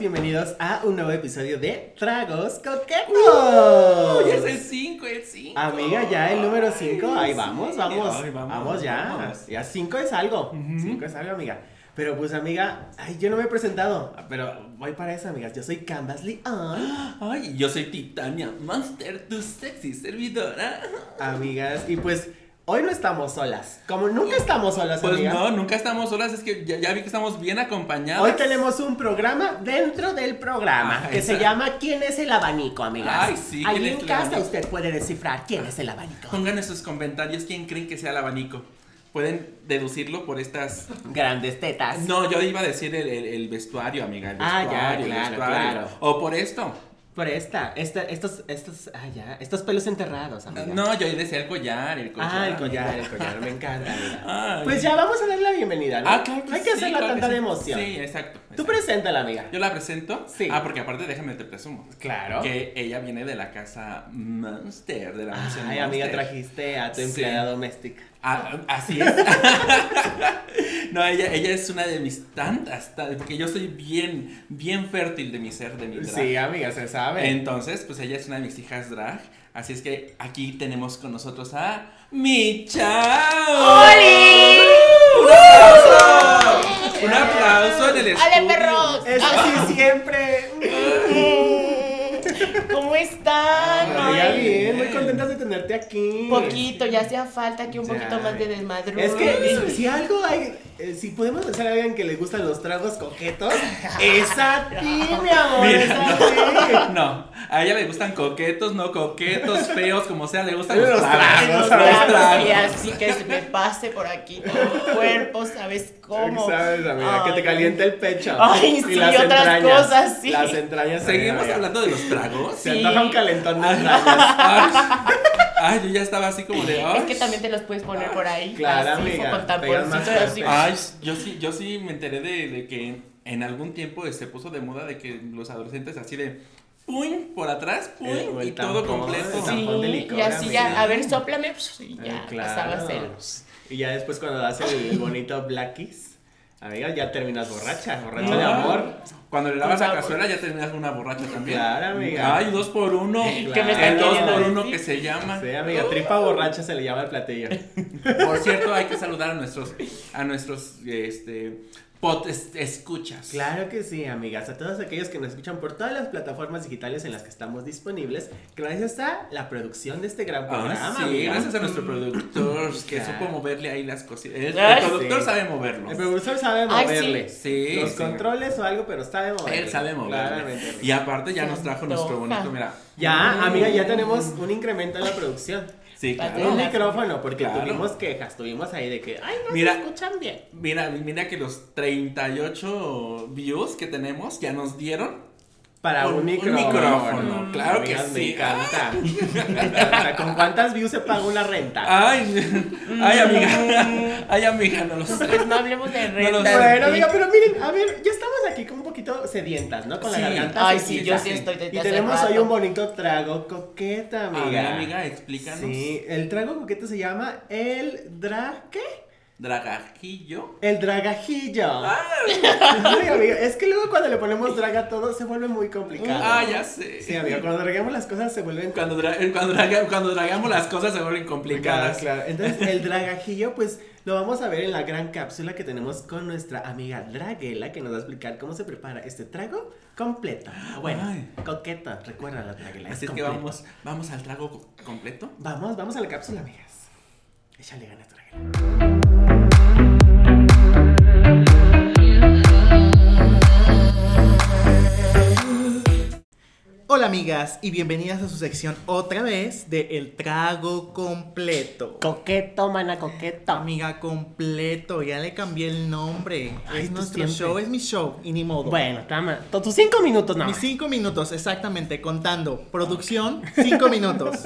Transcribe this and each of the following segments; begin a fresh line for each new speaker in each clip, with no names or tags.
bienvenidos a un nuevo episodio de Tragos Coquetos.
Uy, es el 5, el 5.
Amiga, ya el número 5. Ahí vamos, vamos.
Ay,
vamos,
vamos,
ya.
vamos.
Ya 5 es algo.
Ujú.
5 es algo, amiga. Pero pues, amiga, ay, yo no me he presentado. Pero voy para eso, amigas. Yo soy Canvas Leon.
Ay, yo soy Titania Monster, tu sexy servidora.
Amigas, y pues hoy no estamos solas. Como nunca estamos solas,
Pues
amigas.
no, nunca estamos solas, es que ya, ya vi que estamos bien acompañadas.
Hoy tenemos un programa dentro del programa
Ajá,
que se
Ah, exacto.
llama ¿Quién es el abanico, amigas?
Ay, sí,
Ahí
¿quién
en
es el
casa
abanico?
usted puede descifrar quién es el abanico.
Pongan en sus comentarios quién creen que sea el abanico. Pueden deducirlo por estas. Ah,
Grandes tetas.
No, yo iba a decir el, el- el vestuario, amiga. El
Ah,
vestuario,
ya,
el
claro,
vestuario.
claro.
O por esto.
Por esta, esta, estos, estos, ah, ya, estos pelos enterrados, amiga.
No, yo decía el collar, el collar.
Ah, el collar, el collar, me encanta, amiga.
Ay.
Pues ya vamos a darle la bienvenida, ¿no?
Ah, claro que
No hay que
sí,
hacerla
claro que
tanta
sí.
de emoción.
Sí, exacto.
Tú
exacto.
preséntala, amiga.
¿Yo la presento?
Sí.
Ah, porque aparte déjame te presumo.
Claro.
Que ella viene de la casa Monster, de la mansión
Ay,
Munster.
amiga, trajiste a tu
Sí.
empleada doméstica.
Ah, así es. no, ella, ella es una de mis tantas, tan- porque yo soy bien, bien fértil de mi ser, de mi drag.
Sí, amiga, se sabe.
Entonces, pues ella es una de mis hijas drag. Así es que aquí tenemos con nosotros a mi chao.
¡Oli!
¡Un aplauso! Un aplauso en el
¡Hola,
estudio.
perros!
Es así siempre.
¿Cómo están?
Ah,
ya
Ay,
bien, muy contentas de tenerte aquí.
poquito, ya hacía falta aquí un
Ya.
poquito más de desmadre.
Es que si algo hay, eh, si podemos pensar a alguien que le gustan los tragos coquetos, es a ti, mi amor,
Mira,
es a ti.
No, a ella le gustan coquetos, no coquetos, feos, como sea, le gustan
Los
los tragos.
tragos,
los
tragos,
tragos.
y así que se me pase por aquí todo el cuerpo, ¿sabes cómo?
Sabes, amiga, que te
Ay.
calienta el pecho.
Ay, sí, otras cosas, sí.
Las entrañas.
Seguimos
amiga.
hablando de los tragos.
Se
Sí.
antoja un calentón de entrañas.
Ay, ay, yo ya estaba así como de. Ay,
Es que también te los puedes poner por ahí.
Claro,
así,
amiga,
Con
pegan más
tamponcito y así.
fuerte.
ay, yo sí, yo sí me enteré de, de que en algún tiempo se puso de moda de que los adolescentes así de. ¡Puin! Por atrás, ¡puin!
Eh, o el
y todo
tampón, el
completo.
tampón. Tampón de
Sí,
licor,
y así
amiga.
ya, a ver, soplame, y ya, pues,
Eh,
pasaba celos.
Y ya después cuando das el bonito Black Kiss, amiga, ya terminas borracha, borracha de
Ay,
Ah.
amor.
Cuando le lavas la
Por favor.
cazuela ya terminas una borracha también.
Ah. Claro, amiga.
Ay, dos por uno.
¿Qué me está
El dos
queriendo
por uno
decir?
que se llama.
Sí, amiga, tripa borracha se le llama el platillo.
Por cierto, hay que saludar a nuestros, a nuestros, este, pot es- escuchas.
Claro que sí, amigas. A todos aquellos que nos escuchan por todas las plataformas digitales en las que estamos disponibles, gracias a la producción de este gran programa.
Ah, sí,
amiga.
gracias a nuestro productor que
Claro.
supo moverle ahí las cositas. El, el
Ay,
productor
sí.
sabe moverlo.
Mm. El productor sabe
Ay,
moverle.
Sí,
Los
sí.
controles o algo, pero sabe moverle.
Él sabe moverlo.
Claramente.
Y aparte ya nos trajo nuestro bonito, mira.
Ya, amiga, ya tenemos un incremento en la producción.
Sí,
Un
claro.
Patela.
micrófono, porque
Claro.
tuvimos quejas, tuvimos ahí de que, ay, no
Mira.
se escuchan bien.
Mira, mira que los 38 views que tenemos ya nos dieron.
Para un,
Un- un
micrófono.
micrófono, claro
Amigas,
que
me
sí.
Encanta. Me encanta. ¿Con cuántas views se paga una renta?
Ay, ay amiga, ay amiga, no los
Pues no hablemos de renta.
los-
Bueno, amiga, pero miren, a ver, ya estamos aquí como un poquito sedientas, ¿no? Con
Sí.
la garganta.
Ay,
sequita.
sí, yo sí estoy
Y
desde hace
tenemos hoy
rato.
un bonito trago coqueta,
Amiga,
amiga.
amiga, explícanos.
Sí, el trago coqueta se llama el dra... ¿qué?
Dragajillo.
El dragajillo.
Ah.
Ay, amiga, es que luego cuando le ponemos draga a todo se vuelve muy complicado.
Ah, ya sé.
Sí, amiga, cuando dragueamos las cosas se vuelven
Cuando, dra- eh, cuando, draga- cuando dragamos las cosas se vuelven
Claro,
complicadas.
claro. Entonces, el dragajillo, pues lo vamos a ver en la gran cápsula que tenemos con nuestra amiga Draguela, que nos va a explicar cómo se prepara este trago completo.
Ah,
Bueno,
Ay.
coqueta, recuerda la Draguela.
Así es que
completo.
vamos, vamos al trago co- completo.
Vamos, vamos a la cápsula, amigas. Échale ganas, Draguela.
Hola amigas y bienvenidas a su sección otra vez de El Trago Completo.
Coqueto, mana, coqueto.
Amiga completo, ya le cambié el nombre.
Ay,
es
tú
nuestro
siempre.
show, es mi show y ni modo.
Bueno, tama, to- tus cinco minutos nada
Mis
más.
cinco minutos, exactamente, contando. Producción, cinco minutos.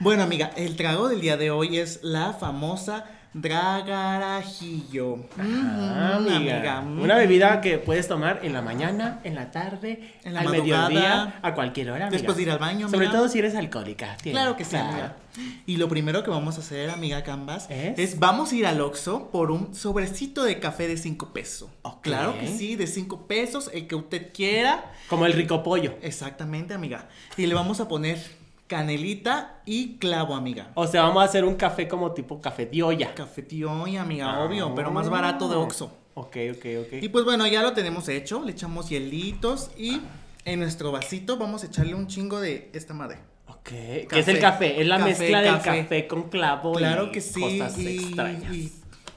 Bueno amiga, el trago del día de hoy es la famosa Dragarajillo.
Ah,
Ujú,
amiga.
ujú.
Una bebida que puedes tomar en la mañana, en la tarde,
Mm. En la
al
madrugada.
mediodía, a cualquier hora. amiga.
Después de ir al baño,
Sobre
amiga.
todo si eres alcohólica. tiene.
Claro que sí,
Claro.
amiga. Y lo primero que vamos a hacer, amiga Canvas,
¿Es?
¿Es? vamos a ir al Oxxo por un sobrecito de café de 5 pesos.
Ok.
Claro que sí, de 5 pesos, el que usted quiera.
Como el rico pollo.
Exactamente, amiga. Y le vamos a poner canelita y clavo, amiga.
O sea, vamos a hacer un café como tipo café de olla. Mm.
Café tío y amiga, Ah, obvio, pero más barato de Oxxo.
Ok, ok, ok.
Y pues bueno, ya lo tenemos hecho. Le echamos hielitos y en nuestro vasito vamos a echarle un chingo de esta madre.
Ok, que es el café, es la
Café,
mezcla del
café.
café con clavo y
claro que sí.
cosas
y,
extrañas.
y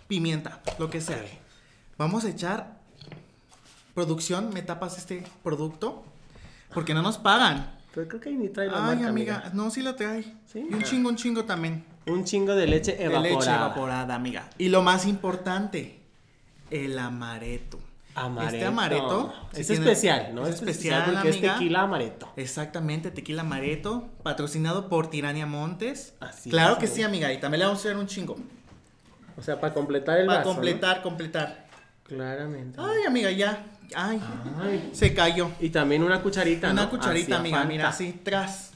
pimienta, lo que sea. Vamos a echar. Producción, me tapas este producto. Porque no nos pagan.
Pero creo que ahí ni trae
Ay,
la marca,
amiga.
amiga.
No, sí la trae.
¿Sí?
Y un chingo, un chingo también.
Un chingo de leche
De
evaporada.
leche evaporada, amiga. Y lo más importante, el amaretto.
Amaretto.
Este amaretto. sí
es
tiene-
especial, ¿no?
Es especial,
porque
amiga.
es tequila amaretto.
Exactamente, tequila amaretto, patrocinado por Tirania Montes.
Así
claro
es,
que
amiga.
sí, amiga, y también le vamos a hacer un chingo.
O sea, para completar el
Para
vaso, ¿no?
completar, completar.
Claramente.
Ay, amiga, ya. Ay,
Ay.
se cayó.
Y también una cucharita,
Una
¿no?
cucharita,
Hacía
amiga,
falta.
mira, así, tras.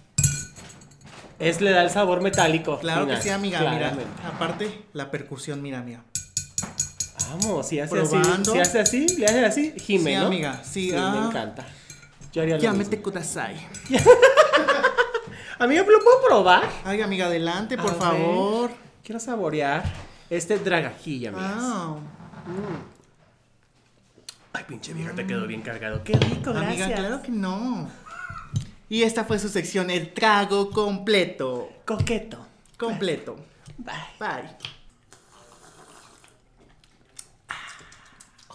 Es le da el sabor metálico.
Claro que
final,
sí, amiga,
claramente.
mira. Aparte, la percusión, mira, mira.
Vamos, si hace así,
Probando.
si hace así, le hace así, gime,
Sí,
¿no?
amiga, sí, ah.
me encanta. Yo haría lo
Ya
mismo.
mete kudasai.
Amiga, ¿lo puedo probar?
Ay, amiga, adelante, por
A ver,
favor.
Quiero saborear este dragajilla, amigas.
Wow.
Ay, pinche vieja, te quedó bien cargado. Qué rico, gracias.
Amiga, claro que no. Y esta fue su sección, el trago completo.
Coqueto.
Completo.
Bye.
Bye.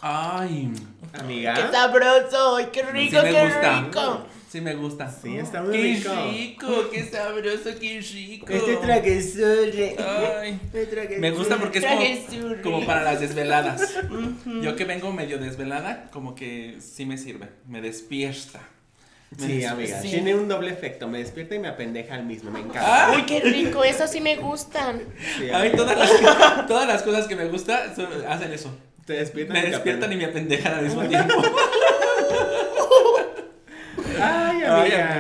Ay,
Amiga.
¡Qué sabroso! ¡Ay, qué rico,
sí me
qué
gusta.
rico!
Sí me gusta.
Sí, está muy
qué
rico.
rico, qué sabroso, qué rico.
Este traguesurre.
Ay.
Este traguesurre.
Me gusta porque es
Traje
como,
surri.
como para las desveladas. Yo que vengo medio desvelada, como que sí me sirve, me despierta.
Sí,
Me despierta.
amiga.
Sí.
Tiene un doble efecto. Me despierta y me apendeja al mismo. Me encanta.
Ah.
¡Uy, qué rico! Eso sí me gustan.
Sí,
A mí
amiga.
todas las, todas las cosas que me gusta son- hacen eso.
Te despiertan,
Me
y te
despiertan y
apendejan.
me apendejan al mismo tiempo.
Ay,
Ay,
amiga,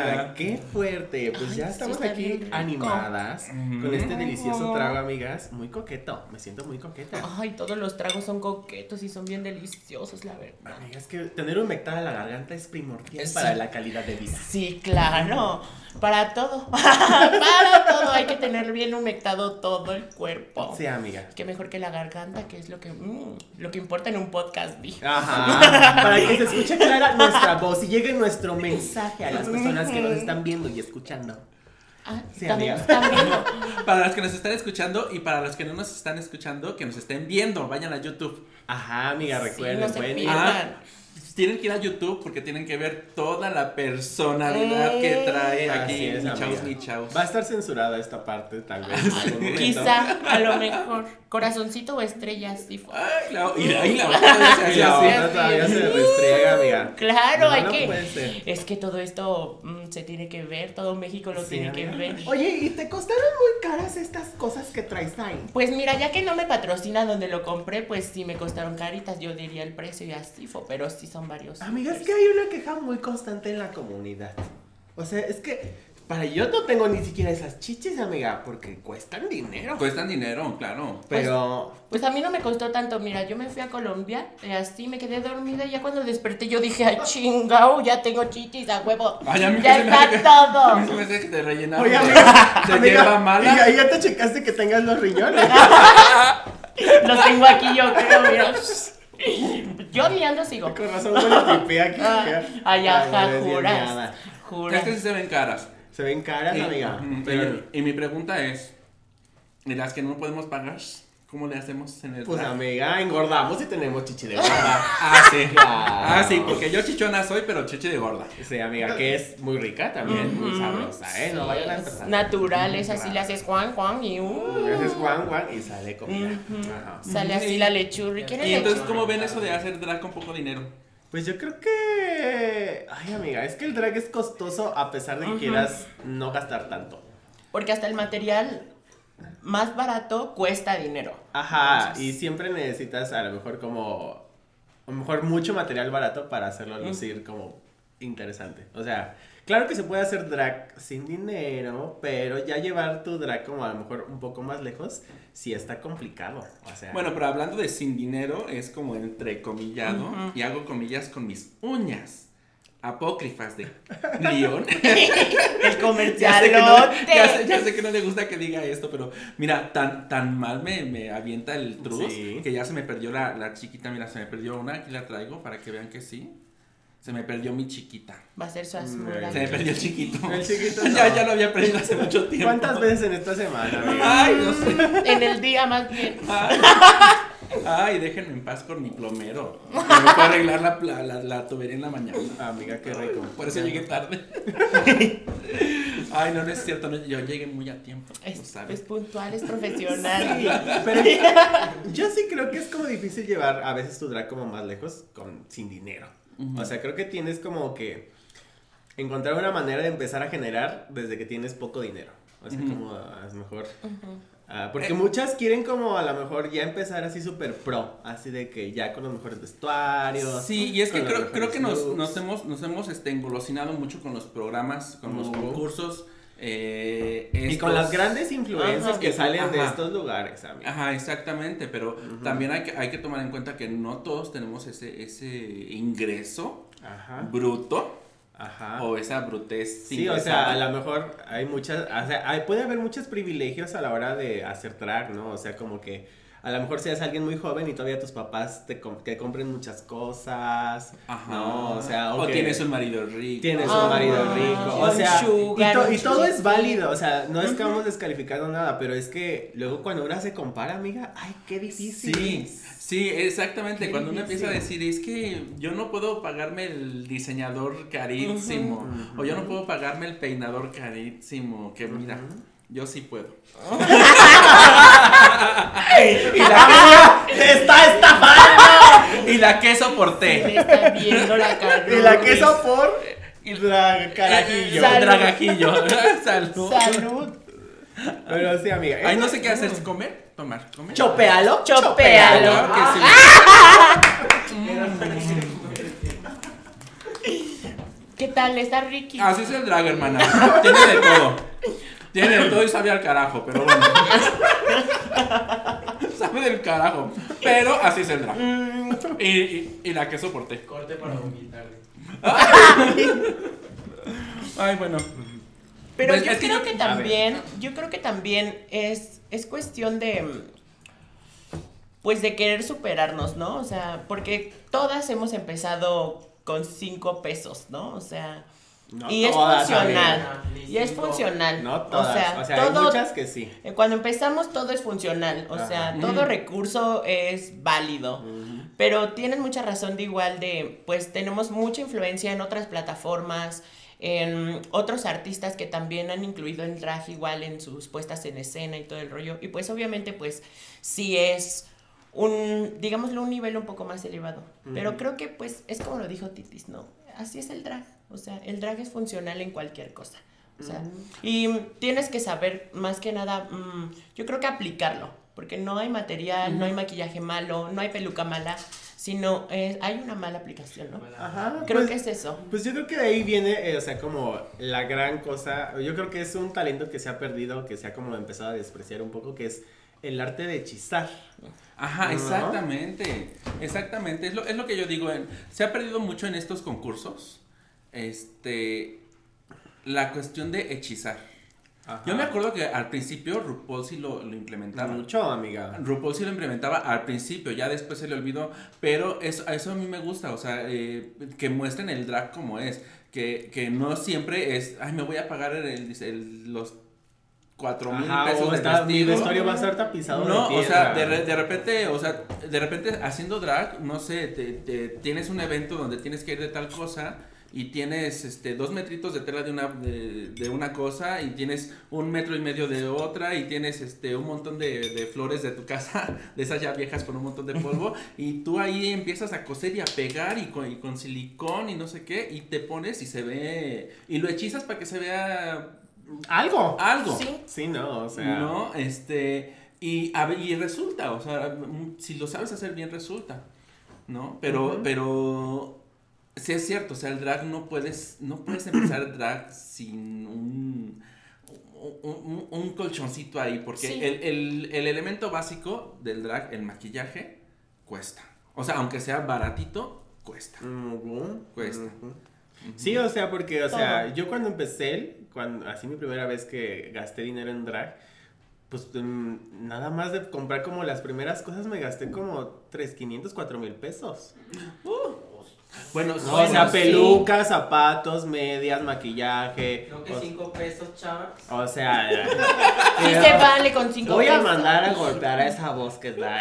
amiga.
qué fuerte. Pues
Ay,
ya
sí
estamos
está
aquí
bien rico.
animadas con
Ujú.
este delicioso trago, amigas. Muy coqueto. Me siento muy coqueta.
Ay, todos los tragos son coquetos y son bien deliciosos, la verdad.
Amiga, es que tener humectada la garganta es primordial
Sí.
para la calidad de vida.
Sí, claro. Para todo. Para todo. Hay que tener bien humectado todo el cuerpo.
Sí, amiga.
Qué mejor que la garganta, que es lo que, mm, lo que importa en un podcast,
Ah,
dije.
Ajá. Para que se escuche clara nuestra voz y llegue nuestro mensaje a las personas que nos están viendo y escuchando.
Ah,
Sí,
también,
amiga.
también.
Para las que nos están escuchando y para las que no nos están escuchando, que nos estén viendo, vayan a YouTube.
Ajá, amiga,
Sí,
recuerden,
no se
pueden ir.
pierdan.
Ah, tienen que ir a YouTube porque tienen que ver toda la personalidad
Eh,
que trae
Así
aquí
es,
en Mi
amiga.
Chaos Mi Chaos.
Va a estar censurada esta parte, tal vez. en algún Ah, momento.
Quizá, a lo mejor. Corazoncito o estrellas, sí fue.
Ay, la, y la, y la otra se
Y
hace
la
así.
otra todavía se restriega, amiga.
Claro,
No,
Ah, hay
no pues,
que.
puede ser.
Es que todo esto mm, se tiene que ver, todo México lo
Sí,
tiene
amiga.
que ver.
Oye, ¿y te costaron muy caras estas cosas que traes ahí?
Pues mira, ya que no me patrocina donde lo compré, pues sí me costaron caritas, yo diría el precio y así fue, pero sí son varios.
Amiga, es que
supers.
hay una queja muy constante en la comunidad. O sea, es que para yo no tengo ni siquiera esas chichis, amiga, porque cuestan dinero.
Cuestan dinero, claro.
Pero
Pues a mí no me costó tanto, mira, yo me fui a Colombia, y así me quedé dormida y ya cuando desperté yo dije, ay chingao, ya tengo chichis a huevo.
Ay, a mí
ya
se me hace que-
está todo.
a mí se me hace que te rellenaron.
Oye,
de-
amiga,
de
amiga,
hierba mala.
¿y ya- ya te checaste que tengas los riñones.
Los tengo aquí yo, creo, mira. Yo mirando sigo.
Con razón me lo pipé aquí.
Ah, Ay, ajá,
madre
juras.
desviada.
Es
Juras.
que sí se ven caras.
Se ven caras,
Y-
amiga.
ujú,
Pero,
Eh, mm, y, y mi pregunta es, ¿y las que no podemos pagar? ¿Cómo le hacemos en el
pues,
traje?
amiga, engordamos y tenemos chichi de gorda.
Ah, sí.
Claro.
Ah, sí, porque yo chichona soy, pero chichi de gorda.
Sí, amiga, que es muy rica también, muy
Ujú.
sabrosa, ¿eh? No vayan a
Sí,
empezar.
Naturales, así
Claro.
le haces Juan, Juan y uh,
Haces guan, guan y sale comida. Ajá.
sale así
Y-
la lechurri. ¿Quieres
Y entonces,
lechurri?
¿cómo ven eso de hacer drag con poco dinero?
Pues yo creo que. Ay, amiga, es que el drag es costoso a pesar de que quieras no gastar tanto.
Porque hasta el material más barato cuesta dinero.
Ajá,
Entonces-
y siempre necesitas a lo mejor como, a lo mejor mucho material barato para hacerlo lucir como interesante. O sea, claro que se puede hacer drag sin dinero, pero ya llevar tu drag como a lo mejor un poco más lejos, sí está complicado. O sea,
Bueno, pero hablando de sin dinero, es como entrecomillado
Ujú.
y hago comillas con mis uñas apócrifas de León.
El
ya,
comercial
sé que no, ya sé- ya sé que no le gusta que diga esto, pero mira, tan, tan mal me, me avienta el truz
Sí.
que ya se me perdió la, la chiquita. Mira, se me perdió una, aquí la traigo para que vean que sí. Se me perdió mi chiquita.
Va a ser su
Se me
asmura.
perdió el chiquito.
El chiquito
ya,
no.
ya lo había perdido hace mucho tiempo.
¿cuántas veces en esta semana? amiga?
Ay, no sé.
En el día más bien.
Ay, Ay, déjenme en paz con mi plomero. que Me fue a arreglar la, pla- la- la tubería en la mañana.
Amiga, qué rico.
Ah. Por eso llegué tarde. Ay, no, no es cierto. no, yo llegué muy a tiempo. tú
Es,
sabes.
es puntual, es profesional.
Sí, pero yo sí creo que es como difícil llevar a veces tu drag como más lejos con, sin dinero. O sea, creo que tienes como que encontrar una manera de empezar a generar desde que tienes poco dinero. O sea,
Ujú. Eh.
como a lo mejor...
Ujú.
ah, porque muchas quieren como a lo mejor ya empezar así súper pro, así de que ya con los mejores vestuarios.
Sí, y es que
con los
creo, creo que
mejores
nos,
looks.
nos hemos, nos hemos este, engolosinado mucho con los programas, con los
Ujú.
concursos. eh,
Oh. Y con
estos-
las grandes influencias
Ajá.
que salen de
Ajá.
estos lugares, amigo.
Ajá, exactamente, pero también hay que, hay que tomar en cuenta que no todos tenemos ese, ese ingreso
Ajá.
bruto
Ajá.
o esa brutez.
Ah. Sí, o sea, a lo mejor hay muchas, o sea, hay- puede haber muchos privilegios a la hora de hacer drag, ¿no? O sea, como que a lo mejor seas alguien muy joven y todavía tus papás te, com- te compren muchas cosas,
Ajá.
¿no? O sea,
o
que
tienes un marido rico.
tienes
Ah,
un marido
un
rico, o sea,
sugar,
y, to-
un
y todo es
chichi.
válido, o sea, no estamos descalificando nada, pero es que luego cuando una se compara, amiga, ay, qué difícil.
Sí, sí, exactamente.
Qué
Cuando uno empieza a
difícil.
decir, es que yo no puedo pagarme el diseñador carísimo,
Ujú.
o yo no puedo pagarme el peinador carísimo, que mira, yo sí puedo. y, la,
¡Te está estafando!
y la que soporté.
Me está viendo la cara.
Y la queso por drag carajillo.
Carajillo,
Salud.
dragajillo. Salud.
Salud.
Pero sí, amiga.
Ay, no sé qué hacer, comer, tomar, comer.
Chopealo,
Chopealo.
Claro que sí.
Ah.
¿Qué tal? Está Ricky.
Así es el drag, hermana. Tiene de todo. Tiene de todo y sabe al carajo, pero bueno. sabe del carajo. Pero así es el drag. Y, y- y la que soporté.
Corte para vomitarle.
Ay, bueno.
Pero
Pues,
yo
es que
creo
yo-
que,
a ver.
también, yo creo que también es, es cuestión de, mm, pues de querer superarnos, ¿no? O sea, porque todas hemos empezado con cinco pesos, ¿no? O sea,
No
y es
todas,
funcional,
amiga, ni
y es
cinco.
amiga.
funcional.
No todas.
O sea,
hay
todo,
muchas que sí.
eh, cuando empezamos todo es funcional, o
Ajá.
sea,
Mm.
todo recurso es válido. Pero tienes mucha razón de igual de, pues tenemos mucha influencia en otras plataformas, en otros artistas que también han incluido el drag igual en sus puestas en escena y todo el rollo. Y pues obviamente pues sí es un, digámoslo, un nivel un poco más elevado. Pero
Ujú.
creo que pues es como lo dijo Titis, ¿no? Así es el drag. O sea, el drag es funcional en cualquier cosa. O sea, y tienes que saber más que nada, mm, yo creo que aplicarlo, porque no hay material, no hay maquillaje malo, no hay peluca mala, sino eh, hay una mala aplicación, ¿no?
Ajá.
Creo
pues,
que es eso.
Pues yo creo que de ahí viene, eh, o sea, como la gran cosa. Yo creo que es un talento que se ha perdido, que se ha como empezado a despreciar un poco, que es el arte de hechizar.
Ajá,
Ajá.
exactamente. Exactamente. Es lo, es lo que yo digo. en- se ha perdido mucho en estos concursos. Este. La cuestión de hechizar.
Ajá.
Yo me acuerdo que al principio RuPaul sí lo, lo implementaba.
Mucho, amiga.
RuPaul sí lo implementaba al principio, ya después se le olvidó, pero eso, eso a mí me gusta, o sea, eh, que muestren el drag como es, que, que no siempre es, ay, me voy a pagar el, el- los cuatro mil
Ajá,
pesos
o
de
está, mi
vestido".
vestuario va a estar tapizado
No,
de
o sea, de,
piedra.
re- de repente, o sea, de repente haciendo drag, no sé, te- te- tienes un evento donde tienes que ir de tal cosa y tienes este dos metritos de tela de una de, de una cosa y tienes un metro y medio de otra y tienes este un montón de, de flores de tu casa de esas ya viejas con un montón de polvo y tú ahí empiezas a coser y a pegar y con, y con silicón y no sé qué y te pones y se ve y lo hechizas para que se vea
Algo.
Algo.
Sí.
Sí, no, o sea.
Ah. ¿No? Este. Y, a ver, y resulta, o sea, mm, si lo sabes hacer bien, resulta. ¿No? Pero,
Ujú.
pero. Sí es cierto, o sea, el drag no puedes. No puedes empezar drag sin un. Un, un- un colchoncito ahí, porque
Sí.
el, el- el elemento básico del drag, el maquillaje, cuesta. O sea, aunque sea baratito, cuesta.
Ujú,
Cuesta.
ujú. Sí, o sea, porque, o sea,
Todo.
yo cuando empecé, cuando, así mi primera vez que gasté dinero en drag, pues mm, nada más de comprar como las primeras cosas me gasté como 3, 500, 4 mil pesos.
Bueno,
No, o
Bueno,
sea,
sí.
pelucas, zapatos, medias, maquillaje.
Creo que
o-
5 pesos, chavas.
O sea,
Sí se vale con cinco
voy a
pesos.
mandar a golpear a esa voz que está.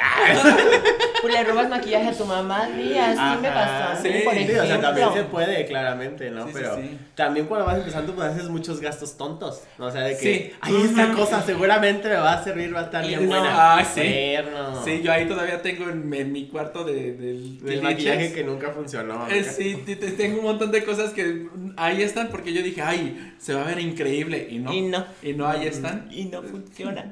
Pues le robas maquillaje a tu mamá, Pues sí, así me
Ajá,
pasó. a
Sí,
mí, por
sí,
ejemplo.
o sea, también se puede, claramente, ¿no?
Sí, sí,
Pero
sí.
también cuando vas empezando, pues haces muchos gastos tontos. ¿no? O sea, de que,
Sí.
ay, esta cosa seguramente me va a servir, va a estar bien
No,
buena.
ah, sí.
Perno.
Sí, yo ahí todavía tengo en, en mi cuarto de, del, de
Del maquillaje que nunca funcionó.
Eh,
amiga.
sí, te- te- tengo un montón de cosas que ahí están porque yo dije, ay, se va a ver increíble y no.
Y no.
Y no, ahí están.
Y no funciona.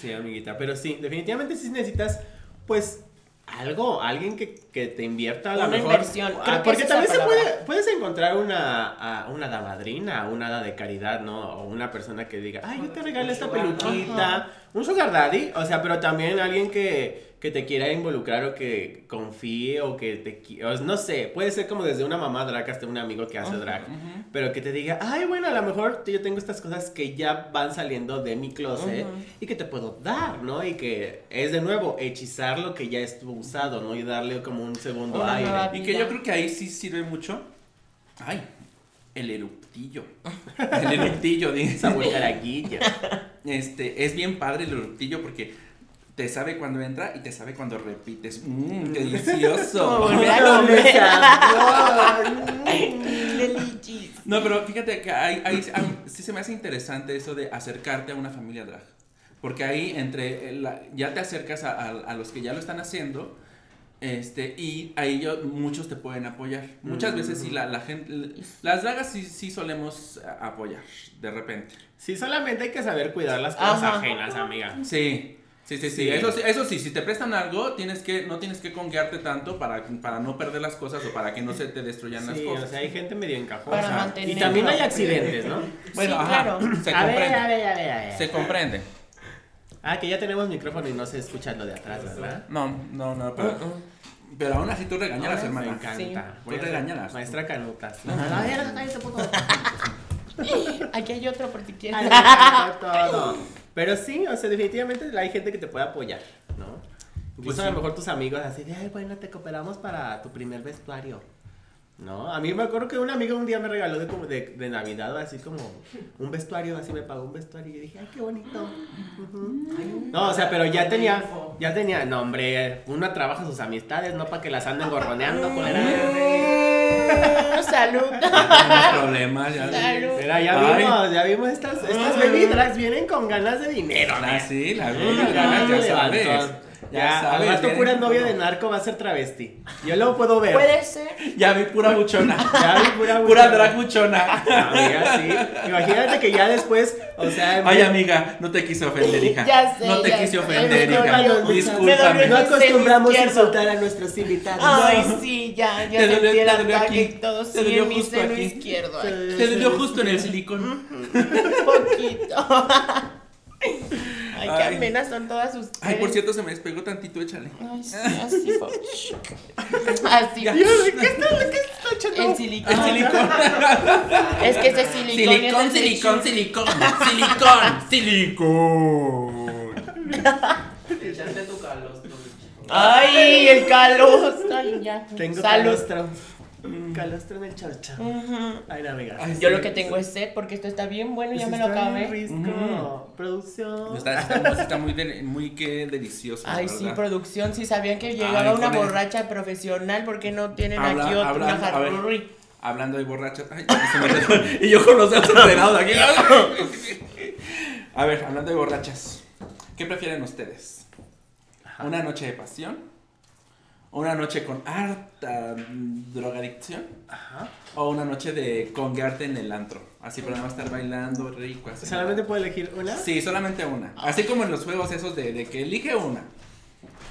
Sí, amiguita, pero sí, definitivamente sí necesitas, pues, algo, alguien que, que te invierta a la
Una
mejor.
inversión, creo que
Ah, porque
esa es
también
la
se puede,
palabra.
puedes encontrar una, a- una hada madrina, una hada de caridad, ¿no? O una persona que diga, ay, yo te regalo
Un
esta
sugar daddy".
peluquita, un sugar daddy, o sea, pero también alguien que, que te quiera involucrar o que confíe o que te qui- o no sé, puede ser como desde una mamá drag hasta un amigo que hace drag.
Ujú.
Pero que te diga, ay, bueno, a lo mejor yo tengo estas cosas que ya van saliendo de mi closet
Ujú.
y que te puedo dar, ¿no? Y que es de nuevo hechizar lo que ya estuvo usado, ¿no? Y darle como un segundo
Una
aire.
nueva-
Y que yo
Mira.
creo que ahí sí sirve mucho. Ay, el eruptillo. El eruptillo, dice.
Sabor caraguilla.
Este, es bien padre el eruptillo porque te sabe cuando entra y te sabe cuando repites. Mmm, qué
Como
delicioso.
volver a
Doble
comer. Mm,
sabor.
Delicis.
No, pero fíjate que ahí, ahí sí- ah, sí se me hace interesante eso de acercarte a una familia drag. Porque ahí entre eh, la- ya te acercas a, a- a los que ya lo están haciendo este, y ahí yo- muchos te pueden apoyar. Muchas veces sí, la, la gente, las dragas sí, sí solemos a- apoyar de repente.
Sí, solamente hay que saber cuidar las cosas
Ajá.
ajenas, amiga.
Sí. Sí, sí, sí,
Sí.
Eso, sí- eso sí, si te prestan algo, tienes que, no tienes que conguearte tanto para, para no perder las cosas o para que no se te destruyan las
Sí, o
cosas.
sea, hay gente medio
Para
encajosa. Y
mantenerlo.
también hay accidentes, ¿no?
bueno,
sí,
ajá,
claro.
se
a ver,
comprende.
a ver, a ver, a ver.
Se comprende.
Ah, que ya tenemos micrófono y no se escucha lo de atrás, ¿verdad?
No, no, no, pero, Uh, pero aún así tú regañarás,
Me
hermana.
encanta.
Sí.
Voy
Tú
a ser
regañarás.
Maestra Canutas.
Aquí hay otro por si quieres.
Ay, Ah, no, todo. Pero sí, o sea, definitivamente hay gente que te puede apoyar, ¿no? Incluso
Pues
a
sí.
lo mejor tus amigos así de, ay, bueno, te cooperamos para tu primer vestuario. No, a mí me acuerdo que un amigo un día me regaló de, como de, de Navidad así como un vestuario, así me pagó un vestuario y yo dije, ay, qué bonito. Ujú. No, o sea, pero ya tenía, ya tenía, no, hombre, uno trabaja sus amistades, no para que las anden gorroneando, pues. culera.
Mm, Salud.
Tenemos problemas, ya.
Salud.
Mira, ya
Ay.
vimos, ya vimos estas, estas bebidas, vienen con ganas de dinero,
Ah,
neta.
sí, las
Ay,
buenas ganas, ya
levantón.
sabes.
Ya,
Ya sabes.
al rato
vienen
pura
con
novia
todo.
de narco va a ser travesti. Yo lo puedo ver.
Puede ser.
Ya vi pura buchona.
Ya vi pura
pura drag buchona.
Amiga, sí. Imagínate que ya después, o sea, en
Ay,
vez-
amiga, no te quise ofender, hija.
Ya sé,
No te
ya
quise
sé.
ofender,
Disculpa,
hija.
Luis.
Me
Discúlpame.
dolió.
no acostumbramos a
Cero izquierdo. Ah.
insultar a nuestros invitados.
Ay, sí, ya, ya
Te dolió-
sentí el
te dolió
ataque
aquí.
y todo.
Te
Sí,
dolió
en mi
justo
seno
aquí.
izquierdo. ay,
Te dio justo en el silicón.
Un poquito. Ay, qué
Ay.
amenas son todas sus.
Ay, por cierto, se me despegó tantito, échale.
Ay, sí, así. po. Así.
Ya.
¿qué está, qué está echando?
El silicón.
El silicón.
Es que ese silicón.
Silicón,
es el
silicón, silicón. Silicón, silicón.
Te echaste tu calostro.
Ay, el calostro. Ay, ya.
Tengo
Salud. Mm.
calostro. Calostro en el chorcha.
Ujú.
Ay, no, amiga.
Ay,
Yo lo que tengo es sed porque esto está bien bueno y ya
Eso
me lo
está bien
acabé.
risco.
Ujú.
Producción.
Está, está- está muy, deli- muy que delicioso. la
Ay, sí,
verdad.
producción, si sabían que
Ay,
llegaba una
con el-
borracha profesional, ¿por qué no tienen
Habla-
aquí otra
habla-
una
a ver.
jarrurri?
Hablando de borrachas. ay, se me resbaló. y yo con los dedos entrenados aquí. A ver, hablando de borrachas. ¿Qué prefieren ustedes? ¿Una noche de pasión? una noche con harta mm, drogadicción
Ajá.
o una noche de conguearte en el antro. Así para nada más estar bailando rico. Así.
¿Solamente puedo elegir una?
Sí, solamente una. Así como en los juegos esos de, de que elige una.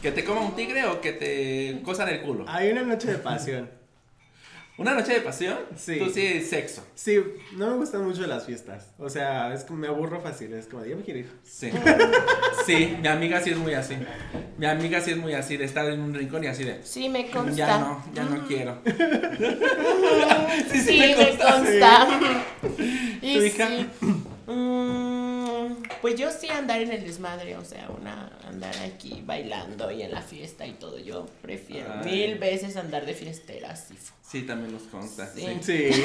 Que te coma un tigre o que te cosan el culo.
Hay una noche de pasión.
Una noche de pasión,
Sí.
tú sí sexo.
Sí, no me gustan mucho las fiestas. O sea, es que me aburro fácil. Es como, ya me quiero ir.
Sí. Sí, mi amiga sí es muy así. Mi amiga sí es muy así de estar en un rincón y así de.
Sí, me consta. Mm.
Ya no, ya no quiero.
Sí,
sí me
me
consta,
consta. Y
¿Tu hija?
sí. Mm, pues yo sí andar en el desmadre, o sea, una andar aquí bailando y en la fiesta y todo. Yo prefiero
Ay.
mil veces andar de fiestera así.
Sí, también nos consta. Sí.
Sí.
Sí. sí, sí,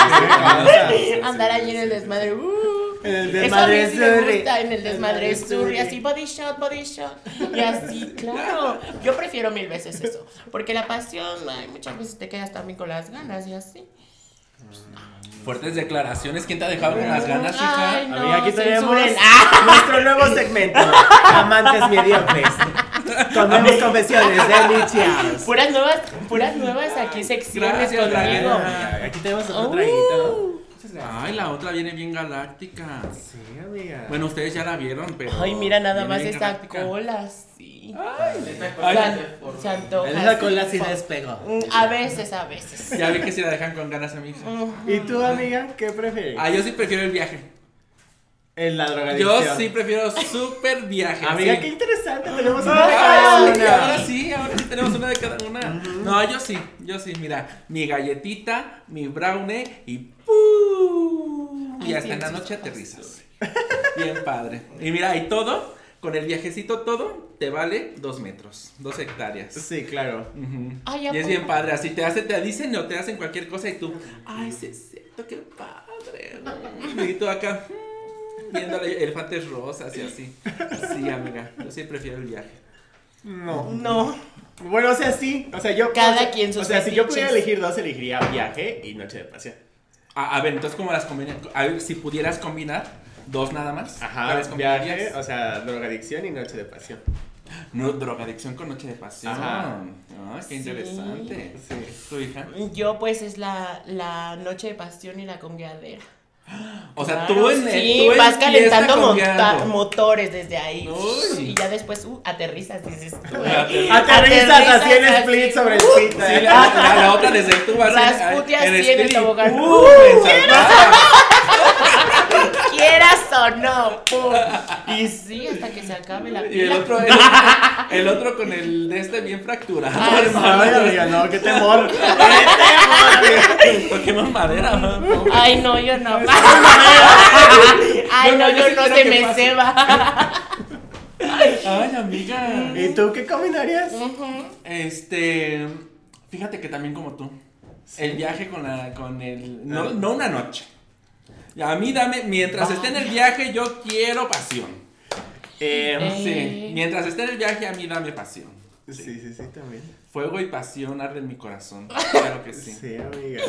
sí, sí.
andar
sí,
allí en
sí,
el
sí,
desmadre.
sí.
uh.
En el
Eso a mí
desmadre
sí me
surri.
gusta, en el desmadre
Desmadre
surri,
surri.
así body shot, body shot, y así, claro, yo prefiero mil veces eso, porque la pasión, ay, muchas veces te quedas también con las ganas y así.
Fuertes declaraciones. ¿Quién te ha dejado con las ganas, hija?
Ay, no,
Amiga, aquí tenemos
censuren. ¡Ah!
nuestro nuevo segmento, Amantes Mediocres. Con nuevas confesiones de Lichias.
Puras nuevas, puras nuevas aquí secciones
Gracias,
conmigo.
Daniela.
Aquí tenemos otro
Uh.
traguito.
Ay, la otra viene bien galáctica.
Sí, amiga.
Bueno, ustedes ya la vieron, pero.
Ay, mira nada
viene
más
bien
esta
galáctica.
cola, sí.
Ay.
San- se antoja.
Esa cola sí
Mm,
despegó.
A veces, a veces.
Ya vi que si la dejan con ganas a mi hija.
¿Y tú, amiga, qué prefieres?
Ah, yo sí prefiero el viaje.
En la drogadicción.
Yo sí prefiero súper viaje.
Amiga,
sí.
Ah, qué interesante, tenemos una de cada
Ay,
una.
ahora sí, ahora sí tenemos una de cada una. No, yo sí, yo sí, mira, mi galletita, mi brownie y ¡pum!
Ay,
Y hasta
sí,
en la
sí, sí.
noche aterrizas. Bien padre. Y mira, y todo, con el viajecito todo, te vale dos metros, dos hectáreas.
Sí, claro.
Ujú.
Ay, ¿a
Y es
poco?
bien padre, así te hacen, te dicen o te hacen cualquier cosa y tú, ay, sí es cierto, qué padre. ¿no?". Y tú acá, mm, viendo elefantes rosas y así. Sí, amiga, yo sí prefiero el viaje.
No.
No.
Bueno, o sea, sí. O sea, yo.
Cada
o sea,
quien sus
O sea, si yo
fetiches.
pudiera elegir dos, elegiría viaje y noche de pasión.
A, a ver, entonces, ¿cómo las combinas? A ver, si pudieras combinar dos nada más.
Ajá,
¿cuáles combinarías?
viaje, o sea, drogadicción y noche de pasión.
No, drogadicción con noche de pasión.
Ajá.
Ah, qué
Sí.
interesante.
Sí.
¿Tu hija?
Yo pues es la, la noche de pasión y la congueadera.
O sea,
Claro,
tú en el-
Sí,
tú en
vas
fiesta
calentando
congueando.
monta- motores desde ahí.
Uy.
Y ya después, uh, aterrizas, dices tú. eh.
Aterrizas
Aterrizas así en split sobre el ¿eh? pit.
Sí, la, la- la otra desde tú vas
Rasputia así en el
split.
tobogán.
Uh, en saltar.
Quieras o no, pum. Y sí, hasta que se acabe la
Y el
pila.
otro, el otro, el otro con el de este bien fracturado,
Ay,
hermano.
Ay, amiga, no, qué temor. Qué temor, amiga.
Toquemos madera. ¿no?
Ay, no, yo no. Ay,
Yo no,
no,
yo
yo
sí
no
quiero
se
que
me
pase.
ceba.
Ay, amiga.
¿Y tú qué combinarías?
Este, fíjate que también como tú, el viaje con la, con el, no, no una noche. A mí dame, mientras esté en el viaje yo quiero pasión.
Eh,
Sí, mientras esté en el viaje a mí dame pasión.
sí, sí, sí, también.
Fuego y pasión arde en mi corazón. Claro que sí.
Sí, amiga.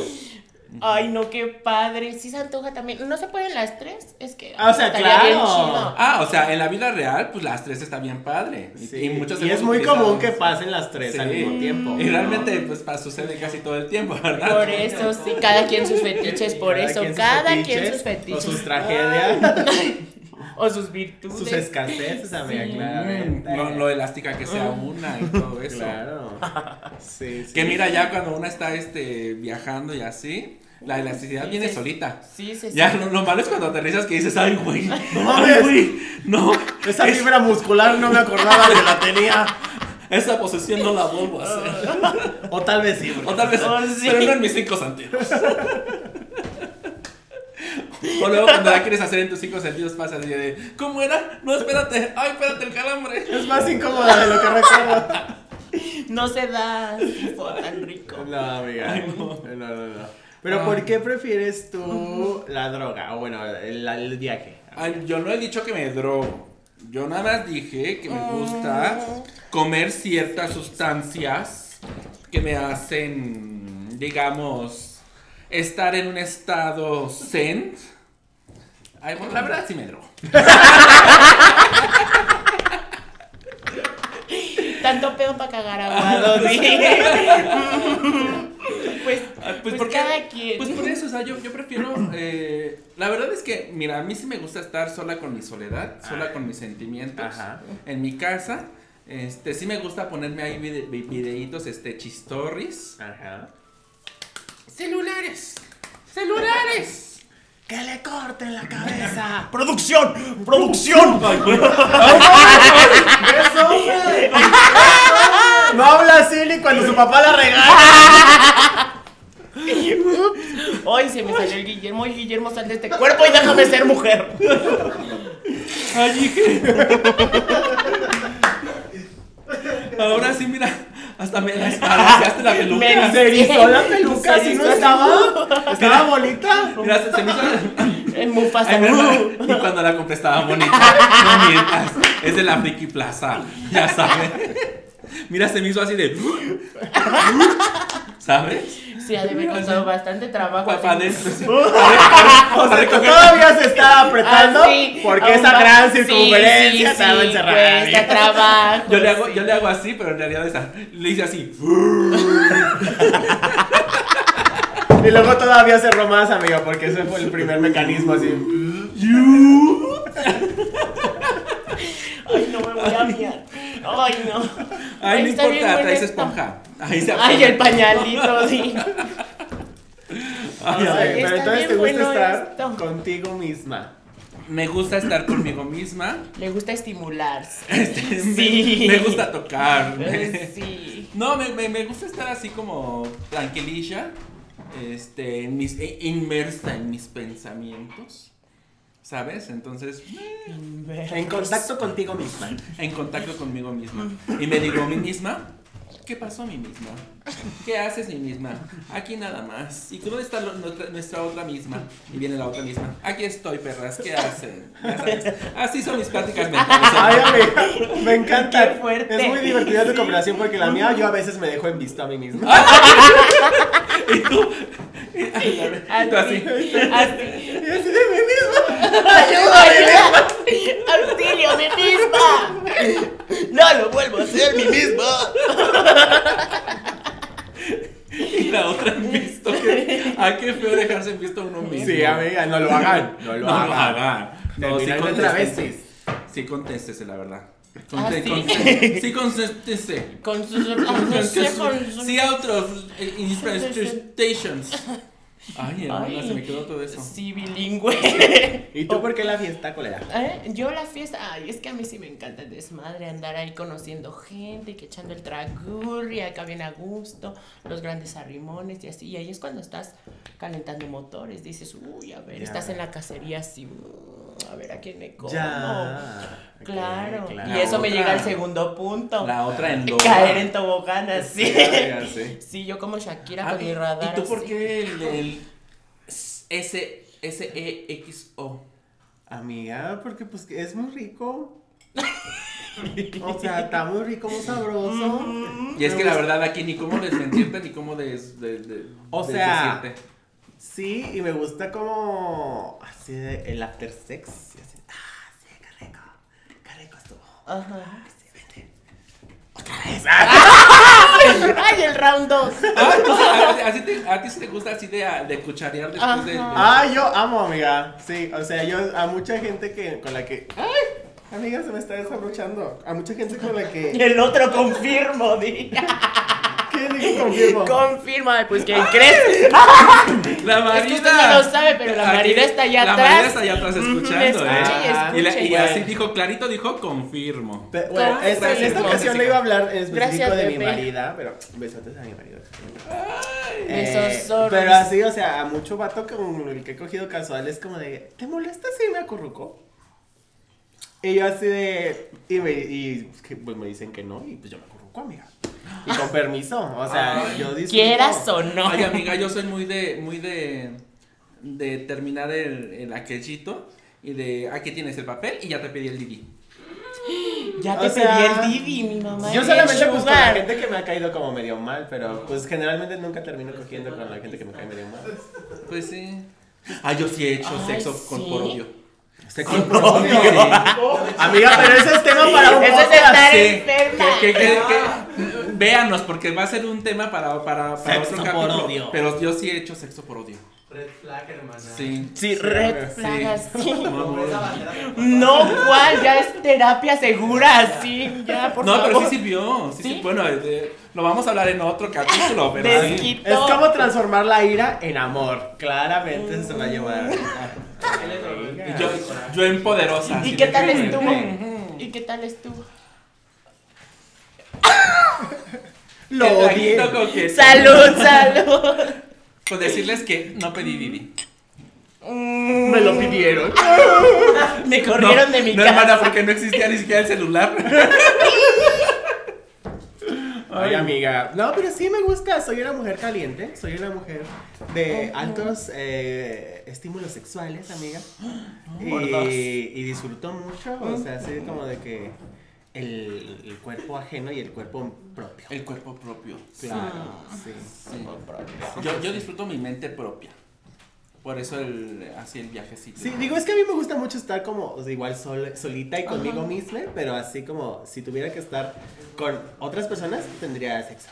Ay, no, qué padre. Sí se antoja también. ¿No se pueden las tres? Es que
Ah, o sea,
estaría bien
claro.
chido.
Ah, o sea, en la vida real, pues las tres está bien padre. Y-
Sí.
Y, muchas
Y es
hemos
muy
utilizado.
común que pasen las tres
Sí.
al mismo tiempo.
Y realmente, pues, pa- sucede casi todo el tiempo, ¿verdad?
Por eso, sí, cada quien sus fetiches, por
Cada
eso,
quien sus
cada
fetiches,
quien sus
O
fetiches.
sus tragedias,
O sus virtudes.
sus escaseces, amiga,
Sí.
claramente.
Mm, lo, lo elástica que sea
Mm.
una y todo eso.
Claro. Sí, sí.
Que mira, ya cuando una está este, viajando y así, la elasticidad viene
Sí.
solita.
Sí, sí, sí.
Ya, lo, lo malo es cuando aterrizas que dices, ay, güey, no
mames.
mames, güey, no,
Esa fibra muscular no me acordaba que la tenía.
esa posesión no la vuelvo a
Ah.
hacer.
O tal vez sí. porque-
O tal vez,
Oh, sí.
pero no en mis cinco sentidos. O luego cuando la quieres hacer en tus cinco sentidos pasa así de, ¿cómo era? No, espérate, ay, espérate el calambre.
Es más incómoda de lo que recuerdo.
No se da tipo, tan rico.
No, amiga. No, no, no. Pero ¿por qué prefieres tú la droga? O bueno, el, el viaje.
Ay, yo no he dicho que me drogo. Yo nada más dije que me gusta comer ciertas sustancias que me hacen, digamos, estar en un estado zen. Ay, bueno, la verdad sí me drogo.
tanto pedo para cagar
Ah,
aguado, sí. pues,
Ah,
pues,
porque-
cada quien.
Pues por eso, o sea, yo, yo prefiero. eh, la verdad es que, mira, a mí sí me gusta estar sola con mi soledad, sola
Ah.
con mis sentimientos.
Ajá.
En mi casa. Este, sí me gusta ponerme ahí vide- vi- videitos, este, chistorris.
Ajá.
¡Celulares! ¡Celulares!
¡Que le corten la cabeza!
¡Producción! ¡Producción!
No habla así ni cuando su papá la regala.
Hoy se me salió el Guillermo. Oye, Guillermo, sal de este cuerpo y déjame ser mujer.
Ay, hija. Ahora sí, mira, hasta me desbalanceaste la peluca.
Me
Se erizó la peluca,
Se
si no
erizó.
estaba. Estaba bonita.
Mira, se, se me hizo...
En Mufasa.
Ay, mi hermana, y cuando la compré estaba bonita. No mientas, es de la Friki Plaza, ya sabes. Mira, se me hizo así de... ¿Sabes?
Sí, ha de haber costado bastante trabajo.
Para,
así.
O sea, que todavía se está apretando
Ah, sí,
porque
aún
esa
va-
gran
sí,
circunferencia
sí,
estaba ¿eh?
sí, pues,
encerrada.
cuesta
bien.
trabajo,
Yo le, hago,
sí.
yo le hago así, pero en realidad esa- le hice así.
Y luego todavía cerró más, amigo, porque ese fue el primer mecanismo así.
Ay, no me voy a miar. Ay, no.
Ay, no
Está bien
importa,
buena
traes
esta.
esponja. Ahí se
Ay, el pañalito, sí.
Ah,
O sea,
Ay,
pero
está
entonces
bien
te gusta
bueno
estar
esto.
contigo misma.
Me gusta estar conmigo misma.
Le gusta estimularse.
Este, me-
Sí.
Me, gusta tocar.
Eh, Sí.
No, me, me- me gusta estar así como tranquililla. Este, en mis, e- inmersa en mis pensamientos. ¿Sabes? Entonces, eh,
En contacto contigo misma.
en contacto conmigo misma. Y me digo a mí misma, ¿qué pasó a mí misma? ¿Qué haces mi misma? Aquí nada más. ¿Y tú dónde está lo- nuestra, nuestra otra misma? Y viene la otra misma. Aquí estoy, perras, ¿qué hacen? Ya sabes. Así son mis prácticas
Ay,
mentales.
amigo, me encanta.
Qué fuerte.
Es muy divertida tu comparación porque la mía yo a veces me dejo en visto a mí misma.
Y tú, y tú así.
Así.
Y así de mí misma.
¡Ayuda! ¡Auxilio, mi misma! ¡No lo vuelvo a hacer, mi misma!
Y la otra en visto. que- Ah, qué feo dejarse en visto a uno mismo.
Sí, amiga, no lo hagan. No
No
lo
lo
hagan.
hagan. No, sí
Terminar con
contéstese.
travestis.
Sí, contéstese, la verdad.
Ah,
Conté-
¿sí?
conté- sí, contéstese.
Con sus. No sé, con sus.
Sí, out of eh, inspirations. Ay, hermana,
Ay.
se me quedó todo eso.
Sí, bilingüe.
¿Y tú por qué la fiesta, colega?
¿Eh? Yo la fiesta, ay, es que a mí sí me encanta el desmadre, andar ahí conociendo gente y que echando el tragurri, acá bien a gusto, los grandes arrimones y así. Y ahí es cuando estás calentando motores, dices, uy, a ver,
Ya.
estás en la cacería así, mm, a ver a quién le como.
Ya. Ok,
Claro.
claro.
Y eso me
otra.
llega al segundo punto.
La otra en lo.
Caer en tobogán así.
Ya, sí.
Sí, yo como Shakira
Ah,
con
¿Y
mi radar.
¿y tú por
así.
qué el, el S S E X O?
Amiga, porque pues que es muy rico. O sea, está muy rico, muy sabroso.
Y es
Me
que la
gusta.
verdad aquí ni cómo desmentirte ni cómo des, de- de-
O sea,
desdecirte.
Sí, y me gusta como así de- el after sex. y así, ah, sí, qué rico. Qué rico estuvo.
Ajá.
Sí, vete. Otra vez. Ah,
Ay, el round 2.
Ah, entonces, a, a ti te, a ti sí te gusta así de, de cucharear después de, de-
Ah, yo amo, amiga. Sí, o sea, yo a mucha gente que con la que. ¡Ay! Amiga, se me está desabrochando. A mucha gente con la
Y
que.
el otro confirmo, di.
¿Qué digo confirmo?
Confirma, pues que crees.
La
Es que
marida.
usted no lo sabe, pero la marida está allá
la
atrás.
marida está allá atrás escuchando,
Ujú,
¿eh?
escuche y
Ah,
y, la-
escuche.
y así dijo, clarito dijo, confirmo.
Pe- bueno,
Con-
esta- en
Gracias,
esta
Jessica.
ocasión le iba a hablar en específico
Gracias,
de mi
bebé.
marida, pero besotes a mi marido. Eh,
Besos, zorros.
pero así, o sea, a mucho vato con el que he cogido casual es como de, ¿te molesta si me acurruco? Y yo así de, y me, y, pues, que, pues, me dicen que no, y pues yo me acurruco, amiga. Y con permiso, o sea,
Ay.
yo disfruto.
Quieras o no.
Ay, amiga, yo soy muy de, muy de, de terminar el, el aquellito y de, aquí tienes el papel y ya te pedí el Didi.
Ya
O
te
sea,
pedí el Didi, mi mamá.
Yo
es
solamente pues con la
sugar.
gente que me ha caído como medio mal, pero pues generalmente nunca termino cogiendo con la gente que me cae medio mal.
Pues sí. Ah, yo sí he hecho
Ay,
sexo con,
¿sí?
por odio.
Este Amiga, pero ese es tema para un
Ese es el
podcast.
tema.
Ah, Sí,
enferma.
que- que- que- que- véanos, porque va a ser un tema para, para, para
Sexo por
capítulo,
odio.
Pero yo sí he hecho sexo por odio.
Red flag, hermana.
Sí.
Sí,
Red
red.
flagas, sí.
Como esa bandera que pasaba.
No, ¿cuál? Ya es terapia segura, sí, ya, por
no,
favor.
pero sí sirvió. Sí,
¿Sí?
sí, bueno, eh, lo vamos a hablar en otro capítulo, pero sí.
Desquito.
Es como transformar la ira en amor. Claramente eso se va a llevar.
Él es horrible.
Y Yo, yo en poderosa.
¿Y
así
qué
de
tal
que-
estuvo? ¿Y qué tal estuvo?
Lo
Te
odié.
trajito coqueto.
Salud, salud.
Pues decirles que no pedí Didi.
Mm,
Me lo pidieron.
Me corrieron
No,
de mi
no,
casa.
hermana, porque no existía ni siquiera el celular.
Ay, amiga. No, pero sí me gusta. Soy una mujer caliente. Soy una mujer de altos eh, estímulos sexuales, amiga.
Por dos.
Y, y disfruto mucho. O sea, así como de que el, el cuerpo ajeno y el cuerpo propio.
El cuerpo propio.
Claro, Ah. sí.
Sí. Yo, yo disfruto mi mente propia. Por eso el, así el viajecito.
Sí, digo, es que a mí me gusta mucho estar como, o sea, igual sol- solita y conmigo misma, pero así como si tuviera que estar con otras personas, tendría sexo.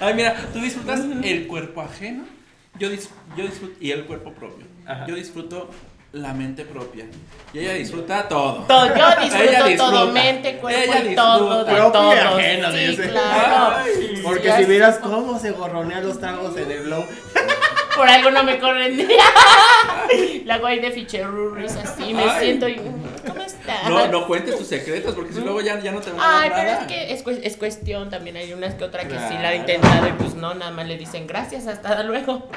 Ay, mira, tú disfrutas el cuerpo ajeno. Yo, dis- yo disfruto. Y el cuerpo propio.
Ajá.
Yo disfruto la mente propia. Y ella disfruta todo.
Todo, yo
Ella
disfruto
disfruta.
todo, mente, cuerpo
Ella
y todo, de
disfruta.
Propio y
todo.
ajeno,
sí,
dice.
claro.
Ay,
Porque
Ya
si
sé.
vieras cómo se gorronean los tragos en el blow,
Por algo no me corren. La hago ahí de ficherurris así, me
Ay.
siento y... ¿Cómo estás?
No, no cuentes tus secretos porque si luego ya, ya no te van a
Ay,
dar
pero es
nada.
que es, cues- es cuestión también. Hay unas que otra que sí la
Claro.
ha intentado y pues no, nada más le dicen gracias, hasta luego.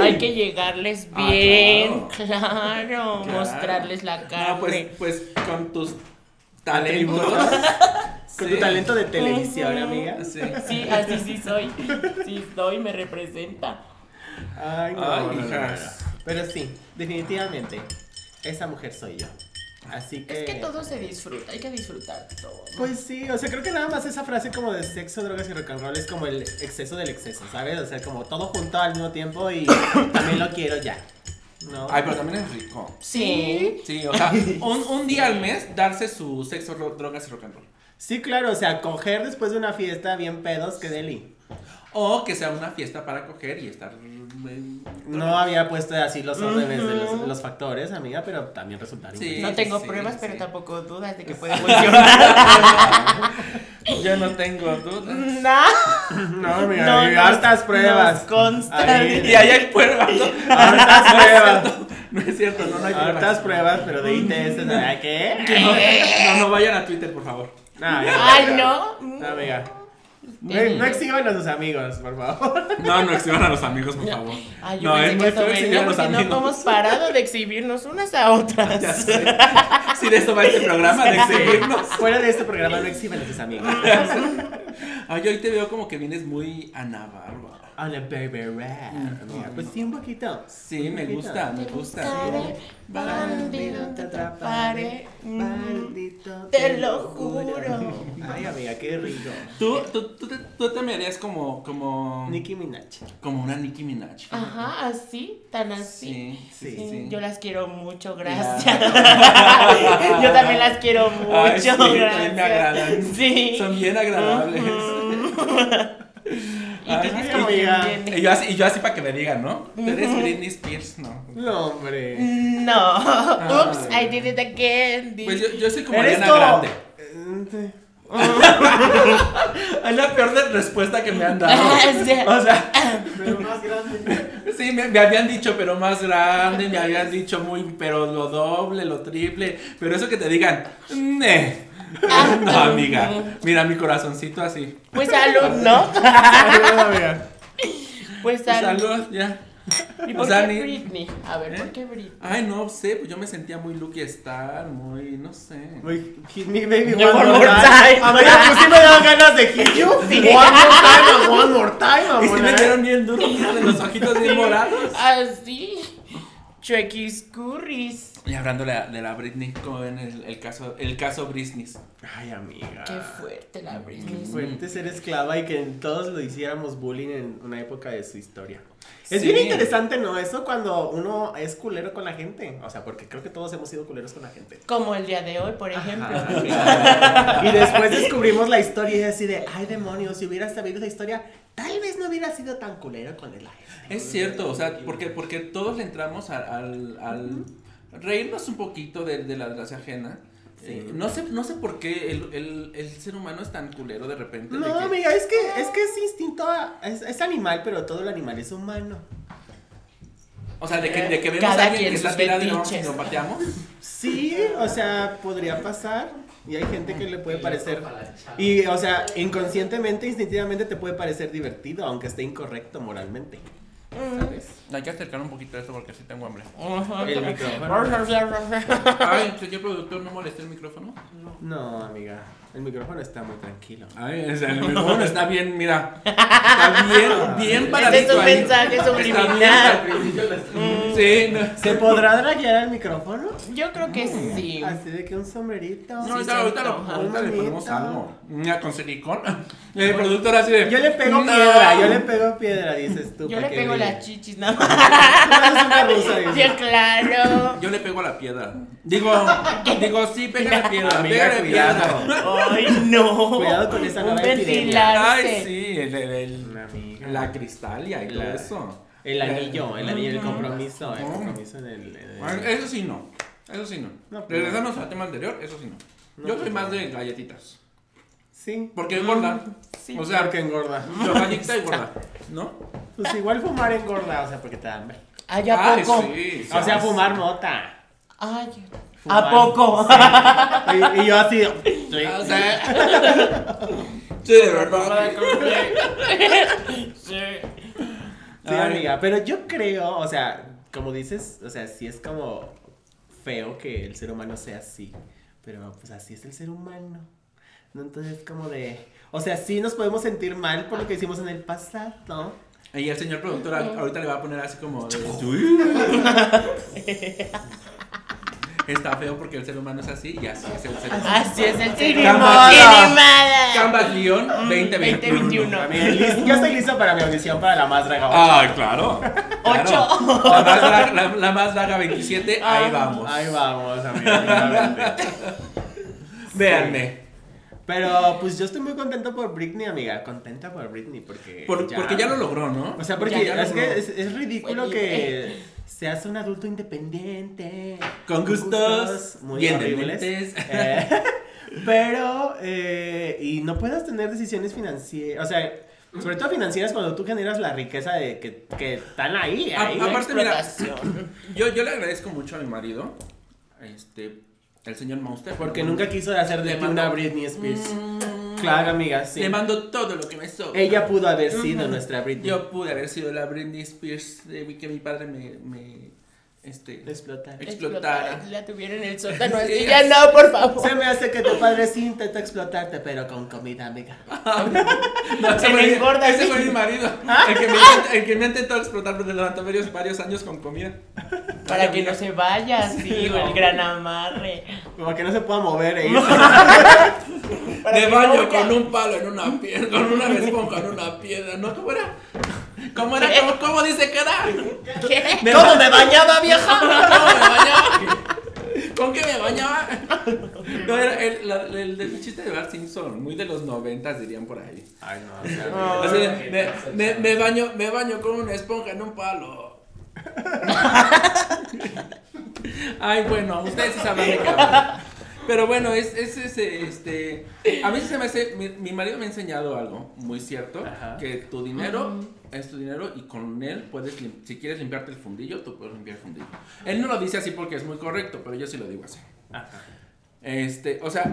Hay que llegarles
Ah,
bien, claro,
Claro.
mostrarles la carne.
No, pues, pues con tus talentos.
con
Sí.
tu talento de televisión,
Ujú.
amiga.
Sí.
Sí, así sí soy. Sí soy, me representa.
Ay, no,
Ay,
no, no, no,
hijas.
no. Pero sí, definitivamente, esa mujer soy yo. Así que...
Es
Eh.
que todo se disfruta, hay que disfrutar todo. ¿no?
Pues sí, o sea, creo que nada más esa frase como de sexo, drogas y rock and roll es como el exceso del exceso, ¿sabes? O sea, como todo junto al mismo tiempo y también lo quiero ya. ¿No?
Ay, pero también es rico.
sí.
Sí, o sea, un, un día al mes darse su sexo, ro- drogas y rock and roll.
Sí, claro, o sea, coger después de una fiesta bien pedos, que deli.
O que sea una fiesta para coger y estar. eh,
No había puesto así los órdenes de
Ujú.
los, los factores, amiga, pero también resultaron.
Sí.
No tengo
sí,
pruebas,
sí.
pero tampoco dudas de que puede funcionar.
Yo no tengo dudas.
No,
No, amiga,
No,
y
no,
hartas
nos
pruebas.
consta.
Ahí,
Y ahí hay pruebas. ¿no?
Hartas pruebas.
No es cierto, no, no hay pruebas.
Hartas pruebas, pero de ITS, ¿sabes qué?
No, no, no vayan a Twitter, por favor.
No, ya.
ay, no. Mm,
No, amiga. No, no exhiban a sus amigos, por favor.
No, no exhiban a los amigos, por favor.
Ay, yo
no,
pensé
es
que
muy
esto
feo exhibir a
venía
los
porque no
amigos.
hemos parado de exhibirnos unas a
Ya
otras.
sé. Sí, de eso va este programa, de exhibirnos.
Fuera de este programa no exhiban a sus amigos.
Ay, hoy te veo como que vienes muy a Navarro.
On a baby rap. Amiga, Pues sí, un poquito.
Sí,
Un
me
poquito.
gusta, me gusta.
Buscaré, bandido, te atraparé. Mm.
Maldito,
Te lo juro.
Ay, amiga, qué rico.
Tú, tú, tú, te, tú te me harías como, como,
Nicki Minaj.
como una Nicki Minaj.
Ajá, así, tan así.
Ah, Sí, sí,
Sí,
sí.
Yo las quiero mucho, gracias. Yo también las quiero mucho,
Ay, sí, también me
gracias.
agradan.
Sí.
Son bien agradables.
Y tú
Ay,
dices
amiga.
que bien,
Y
bien.
yo así, y yo así para que me digan, ¿no? Tú eres Britney Spears, no.
No,
Mm.
hombre.
No. Oops, I did it again.
Pues yo, yo soy como
¿Eres
Ariana
como-
Grande.
Eh,
Es la peor de- respuesta que me han dado.
Ah, o sea,
O sea,
Pero más grande.
sí, me, me habían dicho, pero más grande, me habían dicho muy, pero lo doble, lo triple. Pero eso que te digan, "Ne". no, amiga. Mira mi corazoncito así.
Pues salud, ¿no?
Saludos, amiga.
Pues salud.
Salud, ya.
¿Y
O
por
sea,
qué
ni-
Britney? A ver,
¿Eh?
¿por qué Britney?
Ay, no sé, pues yo me sentía muy Lucky Star, muy, no sé.
Muy- Hit me baby
No,
one,
one
more
more
time.
time.
Amiga, pues sí me daban ganas de hit you. One more time, one more time,
Y si
mamona,
me
¿eh?
dieron bien
Ah,
duro, mira, de los ojitos bien morados.
Así. Chuequis curris.
Y hablando de la, de la Britney, como ven el, el caso, el caso Britney?
Ay, amiga.
Qué fuerte la
Qué
Britney.
fuerte ser esclava y que todos lo hiciéramos bullying en una época de su historia. Es
Sí.
bien interesante, ¿no? Eso cuando uno es culero con la gente. O sea, porque creo que todos hemos sido culeros con la gente.
Como el día de hoy, por ejemplo.
Ajá, claro. y después descubrimos la historia y es así de, ay demonios, si hubiera sabido esa historia, tal vez no hubiera sido tan culero con el aire.
Es cierto, o sea, porque, porque todos le entramos al, al, al reírnos un poquito de, de la desgracia ajena. Eh, no, sé, no sé por qué el, el, el ser humano es tan culero de repente. de
No,
que-
amiga, es que es que es instinto, a- es, es animal, pero todo lo animal es humano.
o sea, de que, de que vemos
Eh, Cada
a alguien
quien
que está
sus
tirado y lo-
fetiches.
lo pateamos.
Sí, o sea, podría pasar y hay gente que le puede parecer
Para la chava.
y o sea, inconscientemente, instintivamente te puede parecer divertido, aunque esté incorrecto moralmente. ¿Sabes?
Hay que acercar un poquito a esto porque sí tengo hambre.
El
Ujú.
micrófono.
Ay, señor productor, no molesté el micrófono.
No, amiga, el micrófono está muy tranquilo.
Ay, o sea, el micrófono está bien, mira. Está bien, bien
Ese es
paradito
un
ahí.
mensaje
Está
subliminal. Mm.
Sí, no.
¿Se podrá draguear el micrófono?
Yo creo que sí.
Así de que un sombrerito.
No,
Sí,
ahorita,
se
ahorita, lo-
antoja.
ahorita le
Bonito.
ponemos algo. Una con silicón. Y el productor así de.
Yo le pego
"No".
piedra, yo le pego piedra, dices tú.
Yo le
¿para qué
pego
digas?
las chichis nada más.
Tú eres una rusa, dices.
Sí, claro.
Yo le pego a la piedra. Digo, digo, sí, pega la piedra,
Amiga,
pega la
cuidado.
piedra.
Ay, no.
Cuidado con esa
Un
nueva epidemia.
Ay,
ventilarse.
sí, el, el- el-
Una amiga.
la cristalia y todo
La-
eso.
El anillo, el anillo, el compromiso, el
Ujú.
compromiso en el... en el-
Bueno, Eso sí no, eso sí no.
No, pero-
Regresamos al tema anterior, eso sí no.
No,
Yo soy
pues,
más
no.
de galletitas.
Sí,
Porque engorda.
Mm, sí.
O sea,
claro que engorda.
yo galleta y gorda, ¿no?
Pues igual fumar engorda, o sea, porque te da hambre.
Ay, ¿a poco?
sí.
O sea, fumar mota.
Ay,
Fumar.
¿a poco?
Y, y yo así... Ah,
O sea. Ah, sí, de verdad.
Sí, amiga, pero yo creo, o sea, como dices, o sea, sí es como feo que el ser humano sea así, pero pues así es el ser humano. ¿no? Entonces, como de, o sea, sí nos podemos sentir mal por lo que hicimos en el pasado.
Y el señor productor a- ahorita le va a poner así como. de- Está feo porque el ser humano es así y así es el ser humano.
Así es el
Camada.
tirimada. Tirimada.
Canvas guión
Mm,
2021.
2021.
Amiga, lis- yo estoy lista para mi audición para la más dragón.
Ah, claro. Claro.
Ocho.
La más, larga, la, la más larga 27, ahí
Ah.
vamos.
Ahí vamos, amiga. claramente.
Véanme.
Pero pues yo estoy muy contento por Britney, amiga. Contenta por Britney porque.
Por- porque ya lo logró, ¿no?
O sea, porque
Ya, ya
es
no.
que es, es ridículo
Fue
que seas un adulto independiente.
Con gustos
muy
bien
horribles.
dementes.
Eh, pero, eh, y no puedas tener decisiones financieras, o sea, sobre todo financieras cuando tú generas la riqueza de que, que están ahí.
A-
ahí.
aparte, mira,
Explotación.
yo, yo le agradezco mucho a mi marido, este, el señor Monster.
porque nunca quiso hacer de
Le
ti
mando-
una Britney Spears. Claro, amiga, sí.
Le mando todo lo que me sobra.
Ella pudo haber sido nuestra Britney.
Yo pude haber sido la Britney Spears de mi- que mi padre me, me este,
Explotar.
explotara.
La tuvieron en el sótano. así,
Sí.
ya no, por favor.
Se me hace que tu padre sí intentó explotarte, pero con comida, amiga.
No, ese
Se
fue,
me engorda,
ese
sí.
fue mi marido.
Ah.
El que, me, intent- el que me ha intentado explotar durante varios, varios años con comida.
Para que no se vaya así, o el gran amarre.
Como que no se pueda mover, ¿eh?
Para
De
que
baño
no-
con un palo en una piedra, con una esponja en una piedra. ¿No? ¿Cómo era? ¿Cómo era? ¿Cómo, cómo dice que era?
¿Qué?
De
¿Cómo me bañaba, vieja?
¿Cómo me bañaba? ¿Con qué me bañaba? No, era el, la- el del chiste de Bart Simpson, muy de los noventas dirían por ahí.
Ay, no,
O sea, me, me- me baño, me baño con una esponja en un palo. Ay, bueno, ustedes sí sabrán de qué hablo. Pero bueno, es, es, es, este. A mí sí se me hace. Mi, mi marido me ha enseñado algo muy cierto:
Ajá.
que tu dinero es tu dinero y con él puedes. lim- Si quieres limpiarte el fundillo, tú puedes limpiar el fundillo. Él no lo dice así porque es muy correcto, pero yo sí lo digo así. Este, o sea,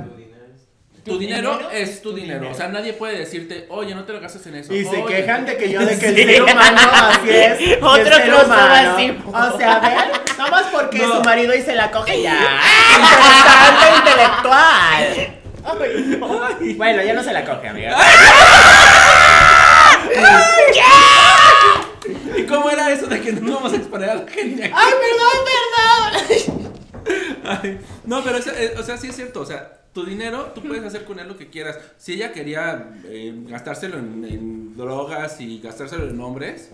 tu,
¿Tu
dinero,
dinero?
es tu,
Tu
dinero.
dinero.
O sea, nadie puede decirte, oye, no te lo gastes en eso.
Y se
Oye.
quejan de que yo de que el
Sí.
ser humano así es. y el
Otro
ser
crossover
humano.
así.
O sea, ver, nada más porque
No.
su marido y se la coge ya. Interesante, intelectual. Bueno, ya no se la coge, amiga.
¿Y cómo era eso de que no vamos a exponer a la gente?
Ay, perdón, perdón.
Ay, no, pero o sea, eh, o sea, sí es cierto, o sea, tu dinero tú puedes hacer con él lo que quieras. Si ella quería eh, gastárselo en, en drogas y gastárselo en hombres,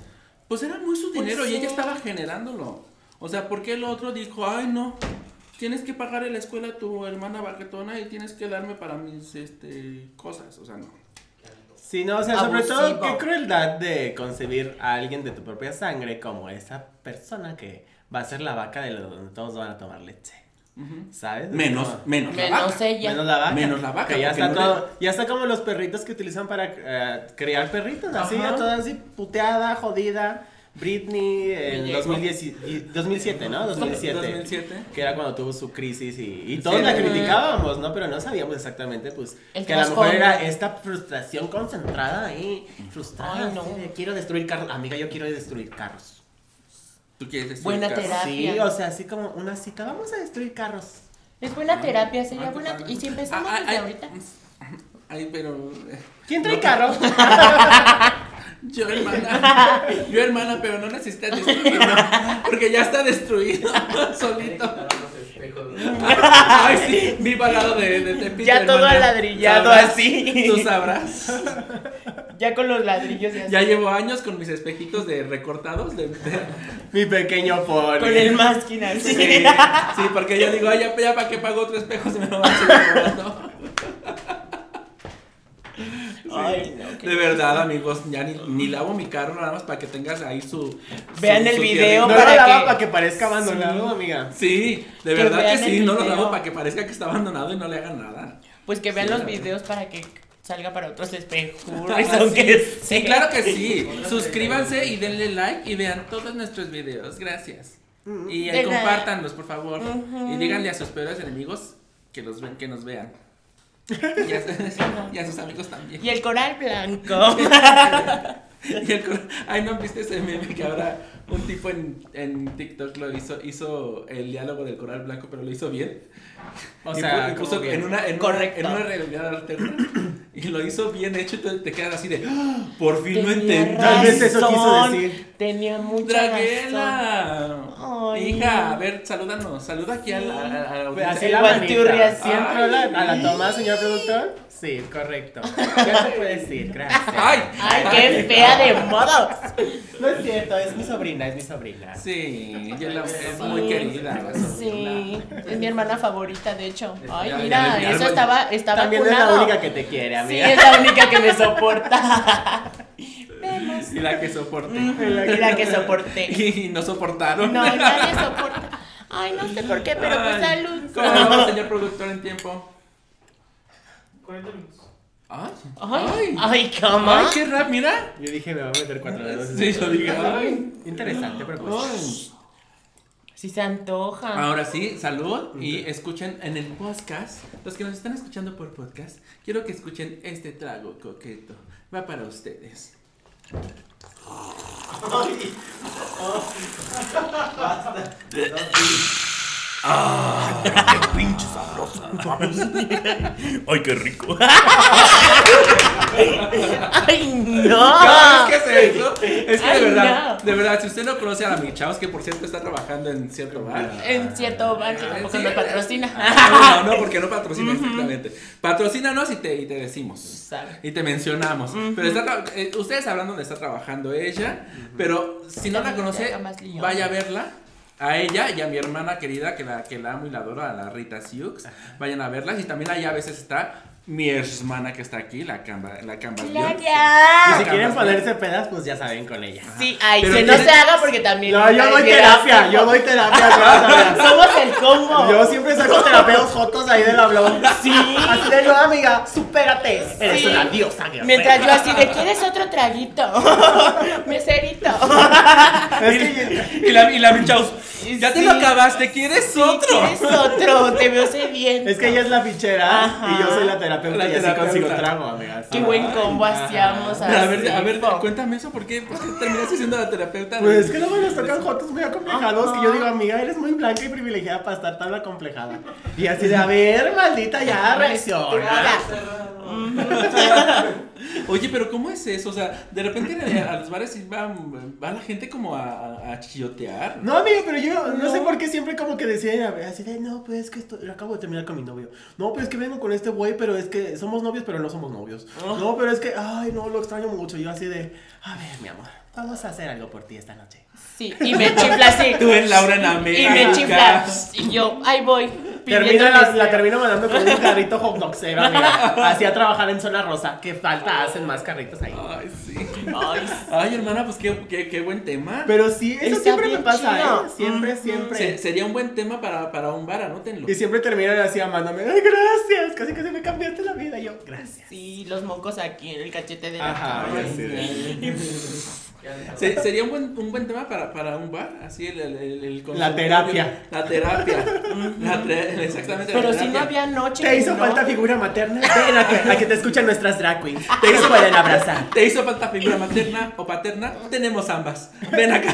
pues era muy su
Pues
dinero y
sí.
ella estaba generándolo. O sea, ¿por qué el otro dijo, ay no, tienes que pagar en la escuela a tu hermana baquetona y tienes que darme para mis este, cosas? O sea, no.
Sí, no, o sea, sobre todo,
Abusivo.
qué crueldad de concebir a alguien de tu propia sangre como esa persona que va a ser la vaca de lo- donde todos van a tomar leche.
Ujú.
¿Sabes?
Menos,
Como-
menos. Ah, la
Menos
vaca.
ella.
Menos la vaca.
Menos la vaca,
Que ya
porque
está
no
todo. Ya está como los perritos que utilizan para eh, criar perritos. Así,
Ajá.
ya toda así puteada, jodida. Britney en
Villegas.
2010 y- 2007, ¿no? 2007.
2007.
Que era cuando tuvo su crisis y, y todos
Sí.
la criticábamos, ¿no? Pero no sabíamos exactamente, pues,
El
que a lo mejor
trasfondo.
era esta frustración concentrada ahí, frustrada,
Ay, no.
así de, quiero destruir carros, amiga, yo quiero destruir carros.
Tú quieres decir
Buena
casa.
terapia.
Sí, o sea, así como una cita, vamos a destruir carros.
Es buena terapia, sería
Ah,
buena.
total.
Y si empezamos
Ah, ah,
desde
ay,
ahorita.
Ay, pero. eh,
¿Quién trae
No,
carros?
Yo, hermana. Yo, hermana, pero no necesitas destruirlo. Porque ya está destruido solito.
los espejos.
Ay, sí, vivo al lado de, de Tepito.
Ya todo
hermana.
aladrillado
Sabrás,
así.
Tú sabrás.
Ya con los ladrillos y así.
Ya llevo años con mis espejitos de recortados. De, de-
Mi pequeño poli.
Con el masking así.
sí. sí, porque yo digo, ay, ya, ya para qué pago otro espejo si me lo van a seguir cobrando.
Ay, no, qué-
De verdad, amigos, ya ni, ni lavo mi carro nada más para que tengas ahí su. su-
Vean el
su
video
No
tierrita.
lo
para
lava
que-
para que parezca abandonado, amiga.
Sí, de
Que
verdad que
vean
sí,
el
no lo
video.
hago para que parezca que está abandonado y no le hagan nada.
Pues que vean
Sí,
los
la verdad.
videos para que salga para otros espejos.
sí.
aunque sea.
Claro que sí, suscríbanse y denle like y vean todos nuestros videos, gracias. Y eh,
Mm-hmm. De nada. Mm-hmm.
compártanlos, por favor,
Ujú.
y díganle a sus peores enemigos que los ven, que nos vean. Y a, y a sus amigos también.
Y el coral blanco.
Y el cor- Ay, ¿no viste ese meme que ahora un tipo en, en TikTok lo hizo, hizo el diálogo del coral blanco, pero lo hizo bien?
O
O
sea,
sea,
¿cómo
puso
bien?
en una, en una-
Correcto.
en una realidad alterna y lo hizo bien hecho y tú te quedas así de ¡Ah! por fin lo
Tenía
entendí.
Tal vez eso quiso
razón.
decir.
Tenía mucha razón.
Draguela.
Ay.
Hija, a ver, salúdanos, saluda aquí a la, a la- a la audiencia.
Así la
Igual
manita.
turria
Siempre
Ay.
la- a la toma, señor productor. Sí, correcto. Ya se puede decir, gracias.
Ay,
Ay, qué fea de modos.
No es cierto, es mi sobrina, es mi sobrina.
Sí, yo la es
Sí.
muy querida. la
Sí,
sobrina.
es mi hermana favorita, de hecho. Ay,
Ya, ya,
mira,
ya, ya,
eso
ya.
estaba, está
También es la
vacunado.
única que te quiere,
Sí,
amiga.
es la única que me soporta. Vemos.
Y la que soporte.
Ujú, Y la que soporté.
Y no soportaron.
No, nadie soporta. Ay, no sé por qué, pero pues
Ay,
salud.
¿Cómo vamos, señor productor, en tiempo?
40 minutos.
Ay,
Ay,
ay,
ay, ¿cómo?
ay, qué rap, mira.
Yo dije, me va a meter cuatro dedos.
Sí, yo dije, ay.
Interesante pues, propuesta.
Ay.
Si se antoja.
Ahora sí, salud y escuchen en el podcast. Los que nos están escuchando por podcast, quiero que escuchen este trago coqueto. Va para ustedes.
pinche sabrosa. Ay, qué rico.
Ah.
Ay,
No,
no.
es que es eso. Es que
Ah. Ay,
de verdad,
no.
de verdad, si usted no conoce a la Michaos, que por cierto está trabajando en cierto bar. Ah,
En cierto bar que tampoco
Sí. Ah,
me patrocina.
No, no, no, porque no patrocina exactamente. Patrocínanos y te, y te decimos. Y te mencionamos. Pero está tra- eh, ustedes sabrán dónde está trabajando ella. Pero si no la conoce,
Haga más lío.
vaya a verla. A ella y a mi hermana querida, que la, que la amo y la adoro, a la Rita Siux. Vayan a verlas. Y también allá a veces está mi hermana que está aquí, la Camba. La Camba Ah,
Y
Claro.
si quieren ponerse pedas, pues ya saben con ella.
Sí, ay,
Pero
que no se
tiene-
haga porque también.
No, yo doy terapia, yo doy terapia. ¿no?
Somos el combo.
Yo siempre saco terapeos fotos ahí del hablón. Sí. Así de no, amiga, supérate. Eres
Sí.
una diosa, guerrera.
Mientras yo así de, ¿quieres otro traguito? Meserito.
Es que,
Y la, y la Michaus, ya te lo
Sí.
acabaste, ¿quieres otro?
¿Quieres otro? Te veo sediento.
es que ella es la fichera
Ajá.
y yo soy la terapeuta
La
y así
terapeuta.
consigo trago, amiga.
Qué buen combo
Ay,
hacíamos.
Pero a ver,
así,
a ver,
po.
cuéntame eso, ¿por qué, por qué terminaste siendo la terapeuta?
Pues es
de-
que luego nos tocan jotos muy acomplejados que yo
Ajá.
digo, amiga, eres muy blanca y privilegiada para estar tan acomplejada. Y
Ah, pues,
así de, a ver, maldita, ya reacciona.
Ahora,
Oye, pero ¿cómo es eso? O sea, de repente a, a los bares sí va, va la gente como a, a- a chillotear.
No, amigo, pero yo no,
No.
sé por qué siempre como que decía así de, no, pues es que esto, lo acabo de terminar con mi novio. No, pero es que vengo con este güey, pero es que somos novios, pero no somos novios.
Oh.
No, pero es que, ay, no, lo extraño mucho. Yo así de, a ver, mi amor, vamos a hacer algo por ti esta noche.
Sí, y me chifla así.
Tú eres Laura en América.
Y me chifla. Y yo, ahí voy. pidiendo
Termina la,
el
la termino mandando con un carrito hot dogsero, amiga. Así a trabajar en zona rosa. Que falta hacen más carritos ahí.
Ay, sí.
Ay,
Ay, hermana, pues qué, qué, qué buen tema.
Pero sí, eso
Está
siempre me
bien
pasa,
chido.
¿eh? Siempre, siempre.
Se- sería un buen tema para, para un bar, anótenlo.
Y siempre terminan así amándome. Ay, gracias. Casi casi me cambiaste la vida. Y Yo, gracias.
sí, los mocos aquí en el cachete de la
Ajá,
cama.
ya sé.
Se- sería un buen, un buen tema para, para un bar, así el, el, el- el
La terapia.
La terapia. La te- exactamente. la
Pero si
terapia.
no había noche.
¿Te
que
hizo
no.
falta figura materna? Ven a que, a que te escuchan nuestras drag queens. Te hizo pueden abrazar.
¿Te hizo falta figura materna o paterna? Tenemos ambas. Ven acá.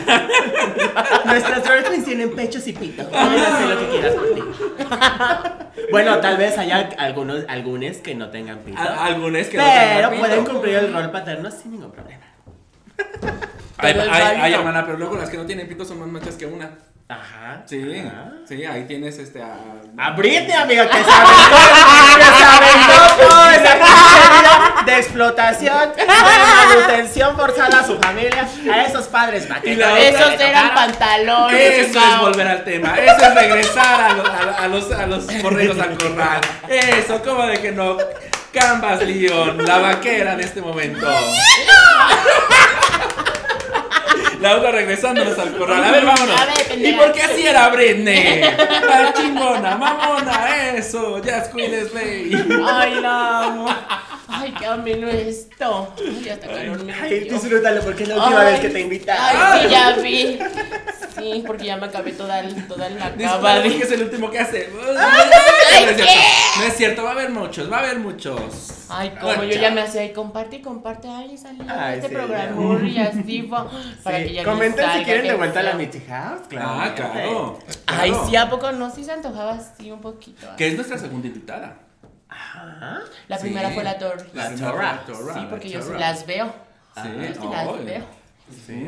Nuestras drag queens tienen pechos y pito. Pueden hacer lo que quieras por ti. Bueno, tal vez haya algunos, algunos que no tengan pito.
A- Algunos que no te
Pero
han
pueden
pedido.
cumplir el rol paterno sin ningún problema.
Ay,
Pero el
ay,
válido.
ay, hermana, pero luego las que no tienen pito son más machas que una.
Ajá.
Sí,
Ajá.
sí, ahí tienes este a.
Ah. A Britney, amiga, que se aventó, que se aventó toda esa pinche vida de explotación, de manutención forzada a su familia, a esos padres
Y la
maquetas.
otra-
Esos eran pantalones.
Eso es
cao.
volver al tema, eso es regresar a, lo- a- a los, a los borregos al corral. Eso, como de que no. Canvas León, la vaquera de este momento. Laura regresándonos al corral. A ver, vámonos.
A ver,
¿Y
pendeja.
por qué así era Britney? La chingona, mamona, eso. Jazz Queen es ley.
Ay, la amo. Ay, qué ameno esto. Ay, hasta calor me
Ay,
dio.
disfrútalo porque es la última
Ay,
vez que te invitaron.
Ay, sí, ya vi. Sí, porque ya me acabé toda, el- toda la cava
Disculpa,
de-
que es el último que hace. no, es cierto. no es cierto, va a haber muchos, va a haber muchos.
Ay, como yo ya me hacía ahí, comparte y comparte. Ay, salí
Ay,
de este
sí,
programa y así va, para que ya ni
Comenten si
salga,
quieren
que
de vuelta a la
sea.
Mitty House, claro.
Ah, claro.
Ay,
claro.
sí, ¿a poco no? Sí se antojaba así un poquito. ah.
Que es nuestra segunda invitada.
Ajá.
La
Sí.
primera fue la torre.
La
Sí,
Torra.
Sí, porque yo sí
Torra.
las veo.
Sí,
Yo sí las
ay.
veo.
Sí.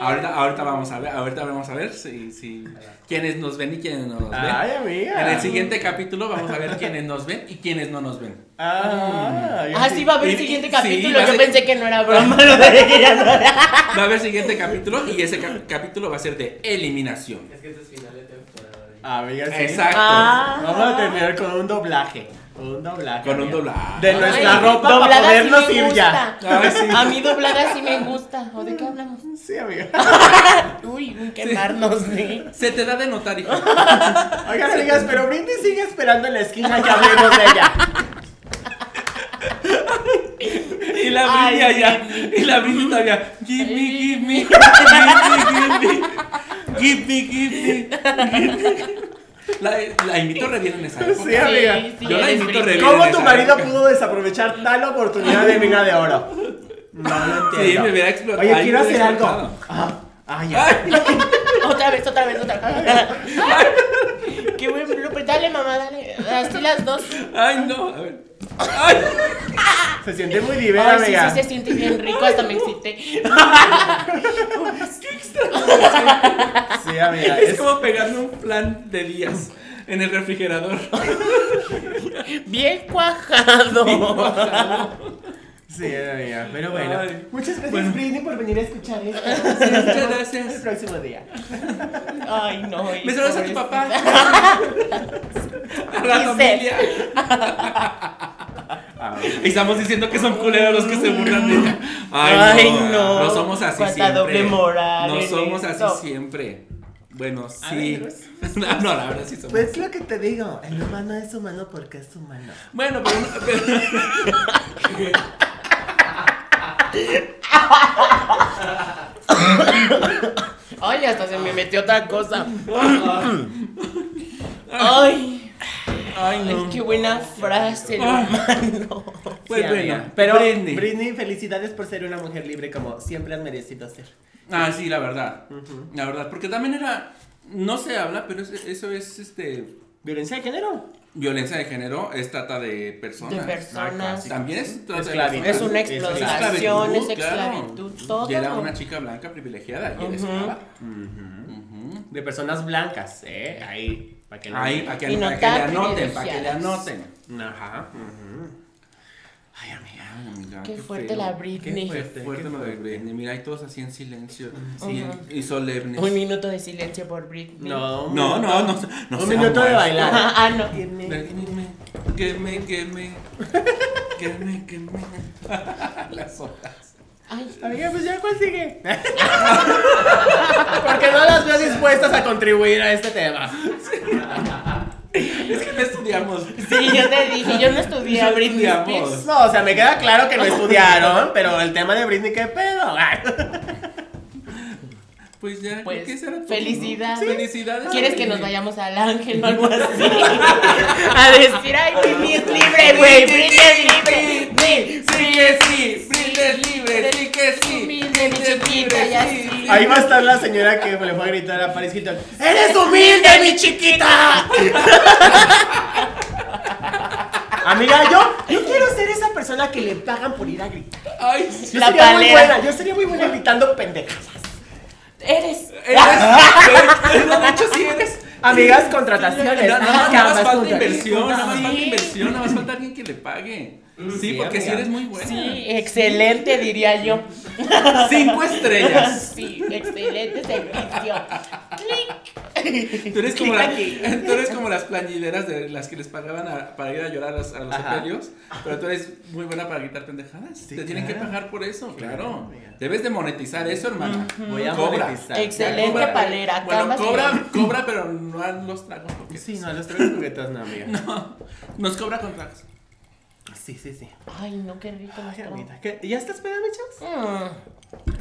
Ahorita, ahorita vamos a ver, ahorita vamos a ver si, si quiénes nos ven y quiénes no nos ven.
Ay,
en
amiga.
el siguiente capítulo vamos a ver quiénes nos ven y quiénes no nos ven.
Ah, yo
Ah,
sí.
sí, va a haber
Y-
el siguiente
sí,
capítulo.
va a
Yo
ser-
pensé que no era broma lo de que ya no era.
Va a haber siguiente capítulo y ese cap- capítulo va a ser de eliminación.
Es que este es final de temporada.
Amiga, sí.
Exacto.
Ah.
Vamos a terminar con un doblaje. Con un doblaje.
Con un
amiga.
doblaje.
De nuestra
Ay,
ropa para
doblada sí
podernos
me
ir ya.
gusta.
Ay, sí.
A mí doblada sí me gusta. ¿O de qué hablamos?
Sí, amiga.
Uy, un quemarnos, sí.
Se te da de notar, hijo.
Oigan, amigas, pero Brindy sigue esperando en la esquina que hablemos de ella.
Y la
Ay,
brilla allá. Y la brilla todavía. Give me, give me. Give me, give me. Give me, give me. La, la invito re bien en esa época.
Sí, amiga.
Sí,
Yo la
eres
invito re
Britney.
bien.
¿Cómo
en
tu
esa
marido
época.
pudo desaprovechar tal oportunidad de mina de oro? No lo entiendo.
Sí, me hubiera explotado.
Oye,
Ahí
quiero
me
hacer
hubiera
algo.
explotado.
Ah, ah, ya.
Ay,
Otra vez, otra vez, otra vez. Ay, Qué buen blooper. Dale, mamá, dale. Así las dos.
ay, no. A ver. Ay.
Se siente muy divina,
Ay, sí,
amiga.
sí, se siente bien rico. Hasta me excité.
Sí, amiga.
Es
Es
como pegarme un plan de días en el refrigerador.
Bien cuajado.
Sí, amiga. Pero bueno.
Ay.
Muchas gracias,
Bueno.
Britney, por venir a escuchar esto.
Muchas
El
gracias.
próximo día.
Ay, no.
Me saludas a tu papá. A la
Giselle.
familia. Y estamos diciendo que son culeros los que se burlan de ella.
Ay, no.
No somos así
Cuánta
siempre.
doble moral
No
en
somos
esto.
así siempre. Bueno, sí.
ver,
pues.
No, no, la verdad sí somos.
Pues lo que te digo, el humano es humano porque es humano.
Bueno, pero, pero-
Ay, hasta se me metió otra cosa. Ay,
Ay,
ay,
no.
qué buena frase,
Ah.
hermano.
Pues
Sí,
bueno,
amiga. pero
Britney.
Britney. felicidades por ser una mujer libre como siempre has merecido ser.
Ah, sí, la verdad. La verdad. Porque también era. No se habla, pero es- eso es este.
Violencia de género.
Violencia de género es trata de personas.
De personas.
sí.
También es trata
Esclavitud.
de
Es
personas.
una
Es
explotación, es
esclavitud, claro.
esclavitud, todo.
Y era una chica blanca privilegiada y era
Ujú.
esclava.
De personas blancas, ¿eh? Ahí. Para que no.
Ahí, para que,
Y no
para que le
tan
anoten, para que le
privilegiadas.
anoten.
Ajá. ujú.
Ay, amiga, ay, amiga,
Qué fuerte la Britney.
Qué
Qué
fuerte, fuerte lo de
fuerte.
Britney. Mira, hay todos así en silencio sí, y solemnes.
Un minuto de silencio por Britney.
No, un
No,
minuto-
no, no. no
un
sea
minuto de
muerto.
bailar.
Ah, ah, no.
Queme, queme, queme. Queme, queme. Las hojas.
Ay,
Amiga, pues ya, ¿cuál sigue? Porque no las veo dispuestas a contribuir a este tema.
Es que no estudiamos.
sí, yo te dije, yo no estudié a
No
Britney
estudiamos.
Spears.
No, o sea, me queda claro que no estudiaron, pero el tema de Britney, ¿qué pedo?
Pues ya,
Pues,
¿qué será todo, no?
felicidades.
Felicidades.
¿Quieres que nos vayamos al ángel o algo así? A decir, ay, Britney es libre, güey, Britney es libre.
Sí que sí, Britney es libre, sí que sí.
Humilde, mi
Britney es
chiquita,
libre,
ya
sí.
sí.
Ahí va a estar la señora que le fue a gritar a Paris Hilton: ¡Eres humilde, mi chiquita! Amiga, Ah, yo, yo quiero ser esa persona que le pagan por ir a gritar.
Ay,
Yo
La
sería muy
palera.
buena, yo sería muy buena gritando pendejas.
Eres.
eres. no, De hecho, sí eres.
Amigas,
No,
contrataciones.
nada,
Ah,
más- nada
caramba,
más falta
contrataciones.
inversión, nada más falta
Sí.
inversión, nada más falta alguien que le pague. Sí,
sí,
porque si
amiga.
eres muy buena.
Sí, excelente, diría yo.
Cinco estrellas.
Sí, excelente servicio. Clic.
Tú eres, como
Clic
la-
aquí.
tú eres como las plañideras de las que les pagaban a- para ir a llorar a los, a los
Ajá.
sepelios, pero tú eres muy buena para gritar pendejadas. Te tienen que
claro.
pagar por eso, claro.
amiga.
Debes de monetizar eso, hermana.
Voy a
Cobra.
monetizar.
Excelente
Cobra.
palera,
Bueno,
cama
cobra,
sin-
cobra, pero no a los tragos. porque
Sí, no, los tres juguetas no, amiga.
Nos cobra con tragos.
Sí, sí, sí.
Ay, no, qué rico.
Ay,
nuestro-
amiga, ¿qué- ¿Ya estás peda, mi chavos?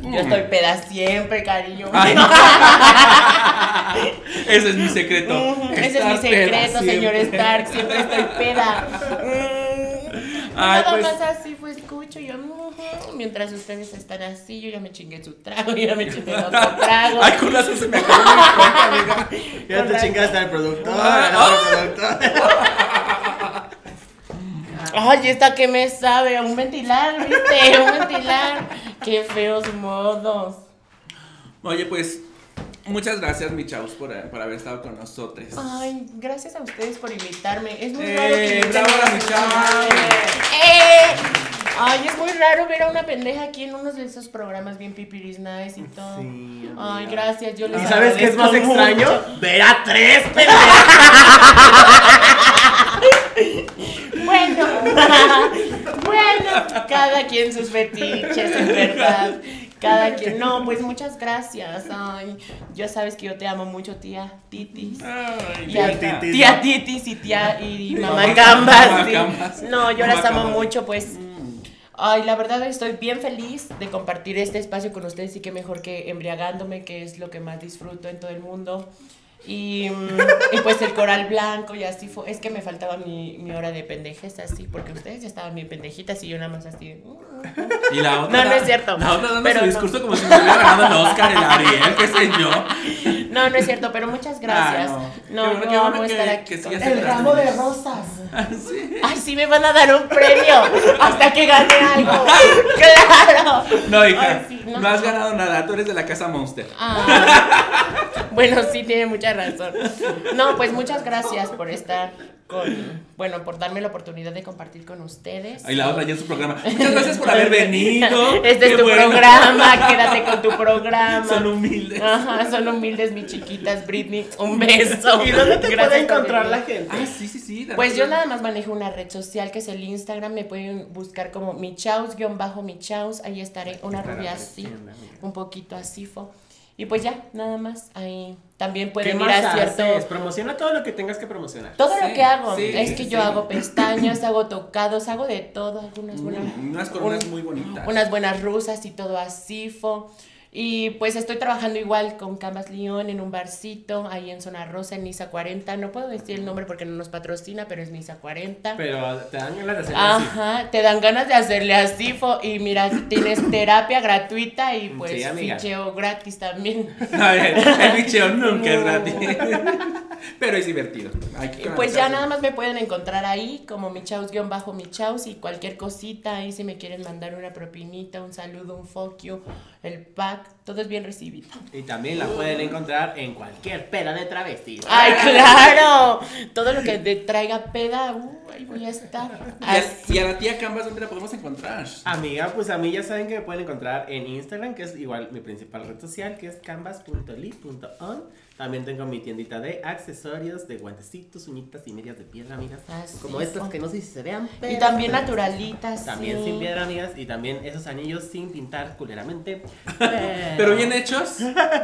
Mm. Yo estoy peda siempre, cariño.
Ay, no. Ese es mi secreto.
Ujú, Ese es mi
Estar peda
secreto,
siempre.
señor Stark. Siempre estoy peda. Mm,
Ay,
Nada
pues.
más así fue, escucho. Yo, ujú, mientras ustedes están así, yo ya me chingué su trago, yo ya me chingué el otro trago.
Ay, con razón se me acabó mi cuenta,
Ya
amiga.
te
Correcto.
chingaste al productor.
Ah,
al productor.
Ay, esta que me sabe, a un ventilar, viste, a un ventilar. Qué feos modos.
Oye, pues, muchas gracias, mi chavos, por, por haber estado con nosotros.
Ay, gracias a ustedes por invitarme. Es muy
Eh,
raro que inviten
bravo,
a
mi
una
chava.
pendeja. Eh. Ay, es muy raro ver a una pendeja aquí en uno de esos programas bien pipiris nice y todo.
Sí,
Ay,
amiga.
gracias, yo les
¿Y sabes qué es más
agradezco
extraño?
mucho.
Ver a tres pendejas.
Bueno, bueno, cada quien sus fetiches, en verdad. Cada quien. No, pues muchas gracias. Ay, ya sabes que yo te amo mucho, tía Titis.
Ay,
Tía
mira.
Titi.
Tía Titis y tía y mamá
Mamá
Gambas.
Gambas,
sí.
Gambas.
No, yo
Mamá Mm.
las amo
Gambas.
mucho, pues. Ay, la verdad estoy bien feliz de compartir este espacio con ustedes y que mejor que embriagándome, que es lo que más disfruto en todo el mundo. Y, mm, y pues el coral blanco y así fue. Es que me faltaba mi, mi hora de pendejes así, porque ustedes ya estaban bien pendejitas y yo nada más así. de, mm, mm, mm.
Y la otra.
No, no es cierto.
La otra dando
Pero
su
no.
discurso como si me hubiera ganado el Oscar, el Ariel, qué sé yo.
No, no es cierto, pero muchas gracias.
Ah, no. Qué
no,
bueno, qué
yo
bueno
amo
que-
estar aquí.
que
con-
sigas El ramo de
rosas.
Sí.
Ay, sí me van a dar un premio hasta que gane algo. Claro.
No, hija,
Ay, sí,
no. has ganado nada, tú eres de la casa Monster.
Ah, bueno, sí, tiene mucha razón. No, pues muchas gracias por estar con. Bueno, por darme la oportunidad de compartir con ustedes.
Y la otra ya en su programa. Muchas gracias por haber venido.
Este
Qué
es tu
bueno.
programa, quédate con tu programa. Ah.
Son humildes.
Ajá, son humildes, mis chiquitas. Britney, un beso.
¿Y dónde te puede
Gracias por
encontrar
venir.
la gente?
Ah, sí, sí, sí. de
Pues yo
repente-
nada más manejo una red social que es el Instagram, me pueden buscar como michaus-michaus, ahí estaré, una rubia así, un poquito así, fo. Y pues ya, nada más, ahí también
¿Qué
pueden ir
más
a
haces?
cierto...
Promociona todo lo que tengas que promocionar.
Todo
Sí,
lo que hago,
sí,
es
sí,
que
sí.
yo hago pestañas, hago tocados, hago de todo, algunas buenas...
Mm, Unas coronas
un-
muy bonitas.
unas buenas rusas y todo así, fo. Y pues estoy trabajando igual con Canvas León en un barcito ahí en Zona Rosa, en Nisa 40. No puedo decir el nombre porque no nos patrocina, pero es Nisa 40.
Pero te dan ganas de hacer así.
Ajá, te dan ganas de hacerle así fo- y mira, tienes terapia gratuita y pues
Sí, amiga.
ficheo gratis también.
A ver, el bicheo nunca es
No.
gratis. Pero es divertido. Hay que
Y pues ya
conectarse.
nada más me pueden encontrar ahí como bajo michaus y cualquier cosita ahí si me quieren mandar una propinita, un saludo, un foquio, el pack, todo es bien recibido.
Y también la pueden encontrar en cualquier peda de travestis.
¡Ay, claro! Todo lo que te traiga peda, uh, ahí voy a estar.
Y a-
Así.
Y a la tía Canvas, ¿dónde la podemos encontrar?
Amiga, pues a mí ya saben que me pueden encontrar en Instagram, que es igual mi principal red social, que es canvas.ly.on. También tengo mi tiendita de accesorios, de guantecitos, uñitas y medias de piedra, amigas.
Así
Como
es.
estas que no sé si se vean, pero... pues,
Y también naturalitas.
También
sí.
sin piedra, amigas. Y también esos anillos sin pintar culeramente. Pero,
Pero bien hechos,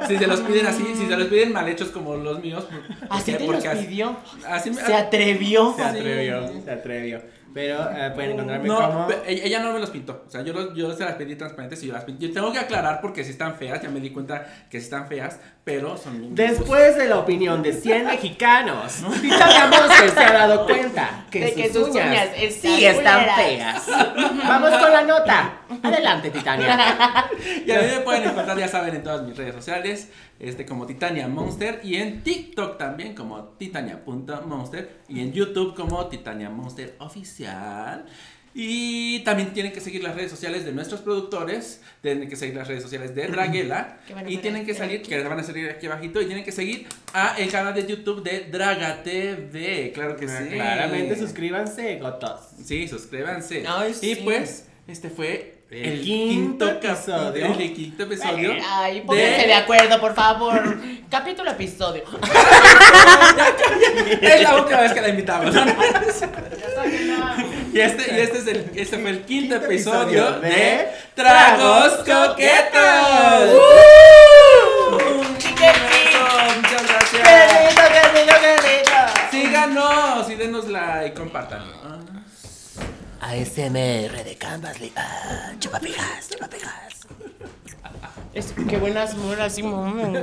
si se los piden así, si se los piden mal hechos como los míos. pues,
Así te los
porque así-
pidió.
así me-
Se atrevió.
Se atrevió, se atrevió. Pero eh, pueden encontrarme
No,
como...
pe- ella ella no me los pintó. O sea, yo, los- yo se las pedí transparentes y yo las pinté. Yo tengo que aclarar porque sí están feas, ya me di cuenta que sí están feas, pero son bien
Después de la opinión de 100 mexicanos, Tita Ramos que se ha dado cuenta que,
De que
sus,
sus
uñas,
uñas
sí están
están
feas. Vamos con la nota. Adelante, Titania.
Y a mí me pueden encontrar, ya saben, en todas mis redes sociales, este como Titania Monster y en TikTok también como Titania.monster y en YouTube como Titania Monster Oficial. Y también tienen que seguir las redes sociales de nuestros productores, tienen que seguir las redes sociales de Draguela
Que van a
y
ver
tienen que
aquí.
salir, que van a salir aquí abajito y tienen que seguir a el canal de YouTube de Draga TV, claro que sí.
Ah, Claramente suscríbanse, gotos.
Sí, suscríbanse.
Ay,
y
sí.
pues, este fue
El quinto episodio.
capítulo- El quinto episodio.
Ay, pónganse de... acuerdo, por favor. Capítulo, episodio.
Es la última vez que la invitamos. y, este, y este, es el, este fue el quinto,
Quinto
episodio,
episodio de
de Tragos Coquetos.
¡Qué
Eso, Muchas gracias.
¡Qué lindo, qué lindo,
Síganos y denos like y compartan.
ASMR de Canvas ah, Live. Chupapijas, chupapijas. Es, qué buenas moras y momo.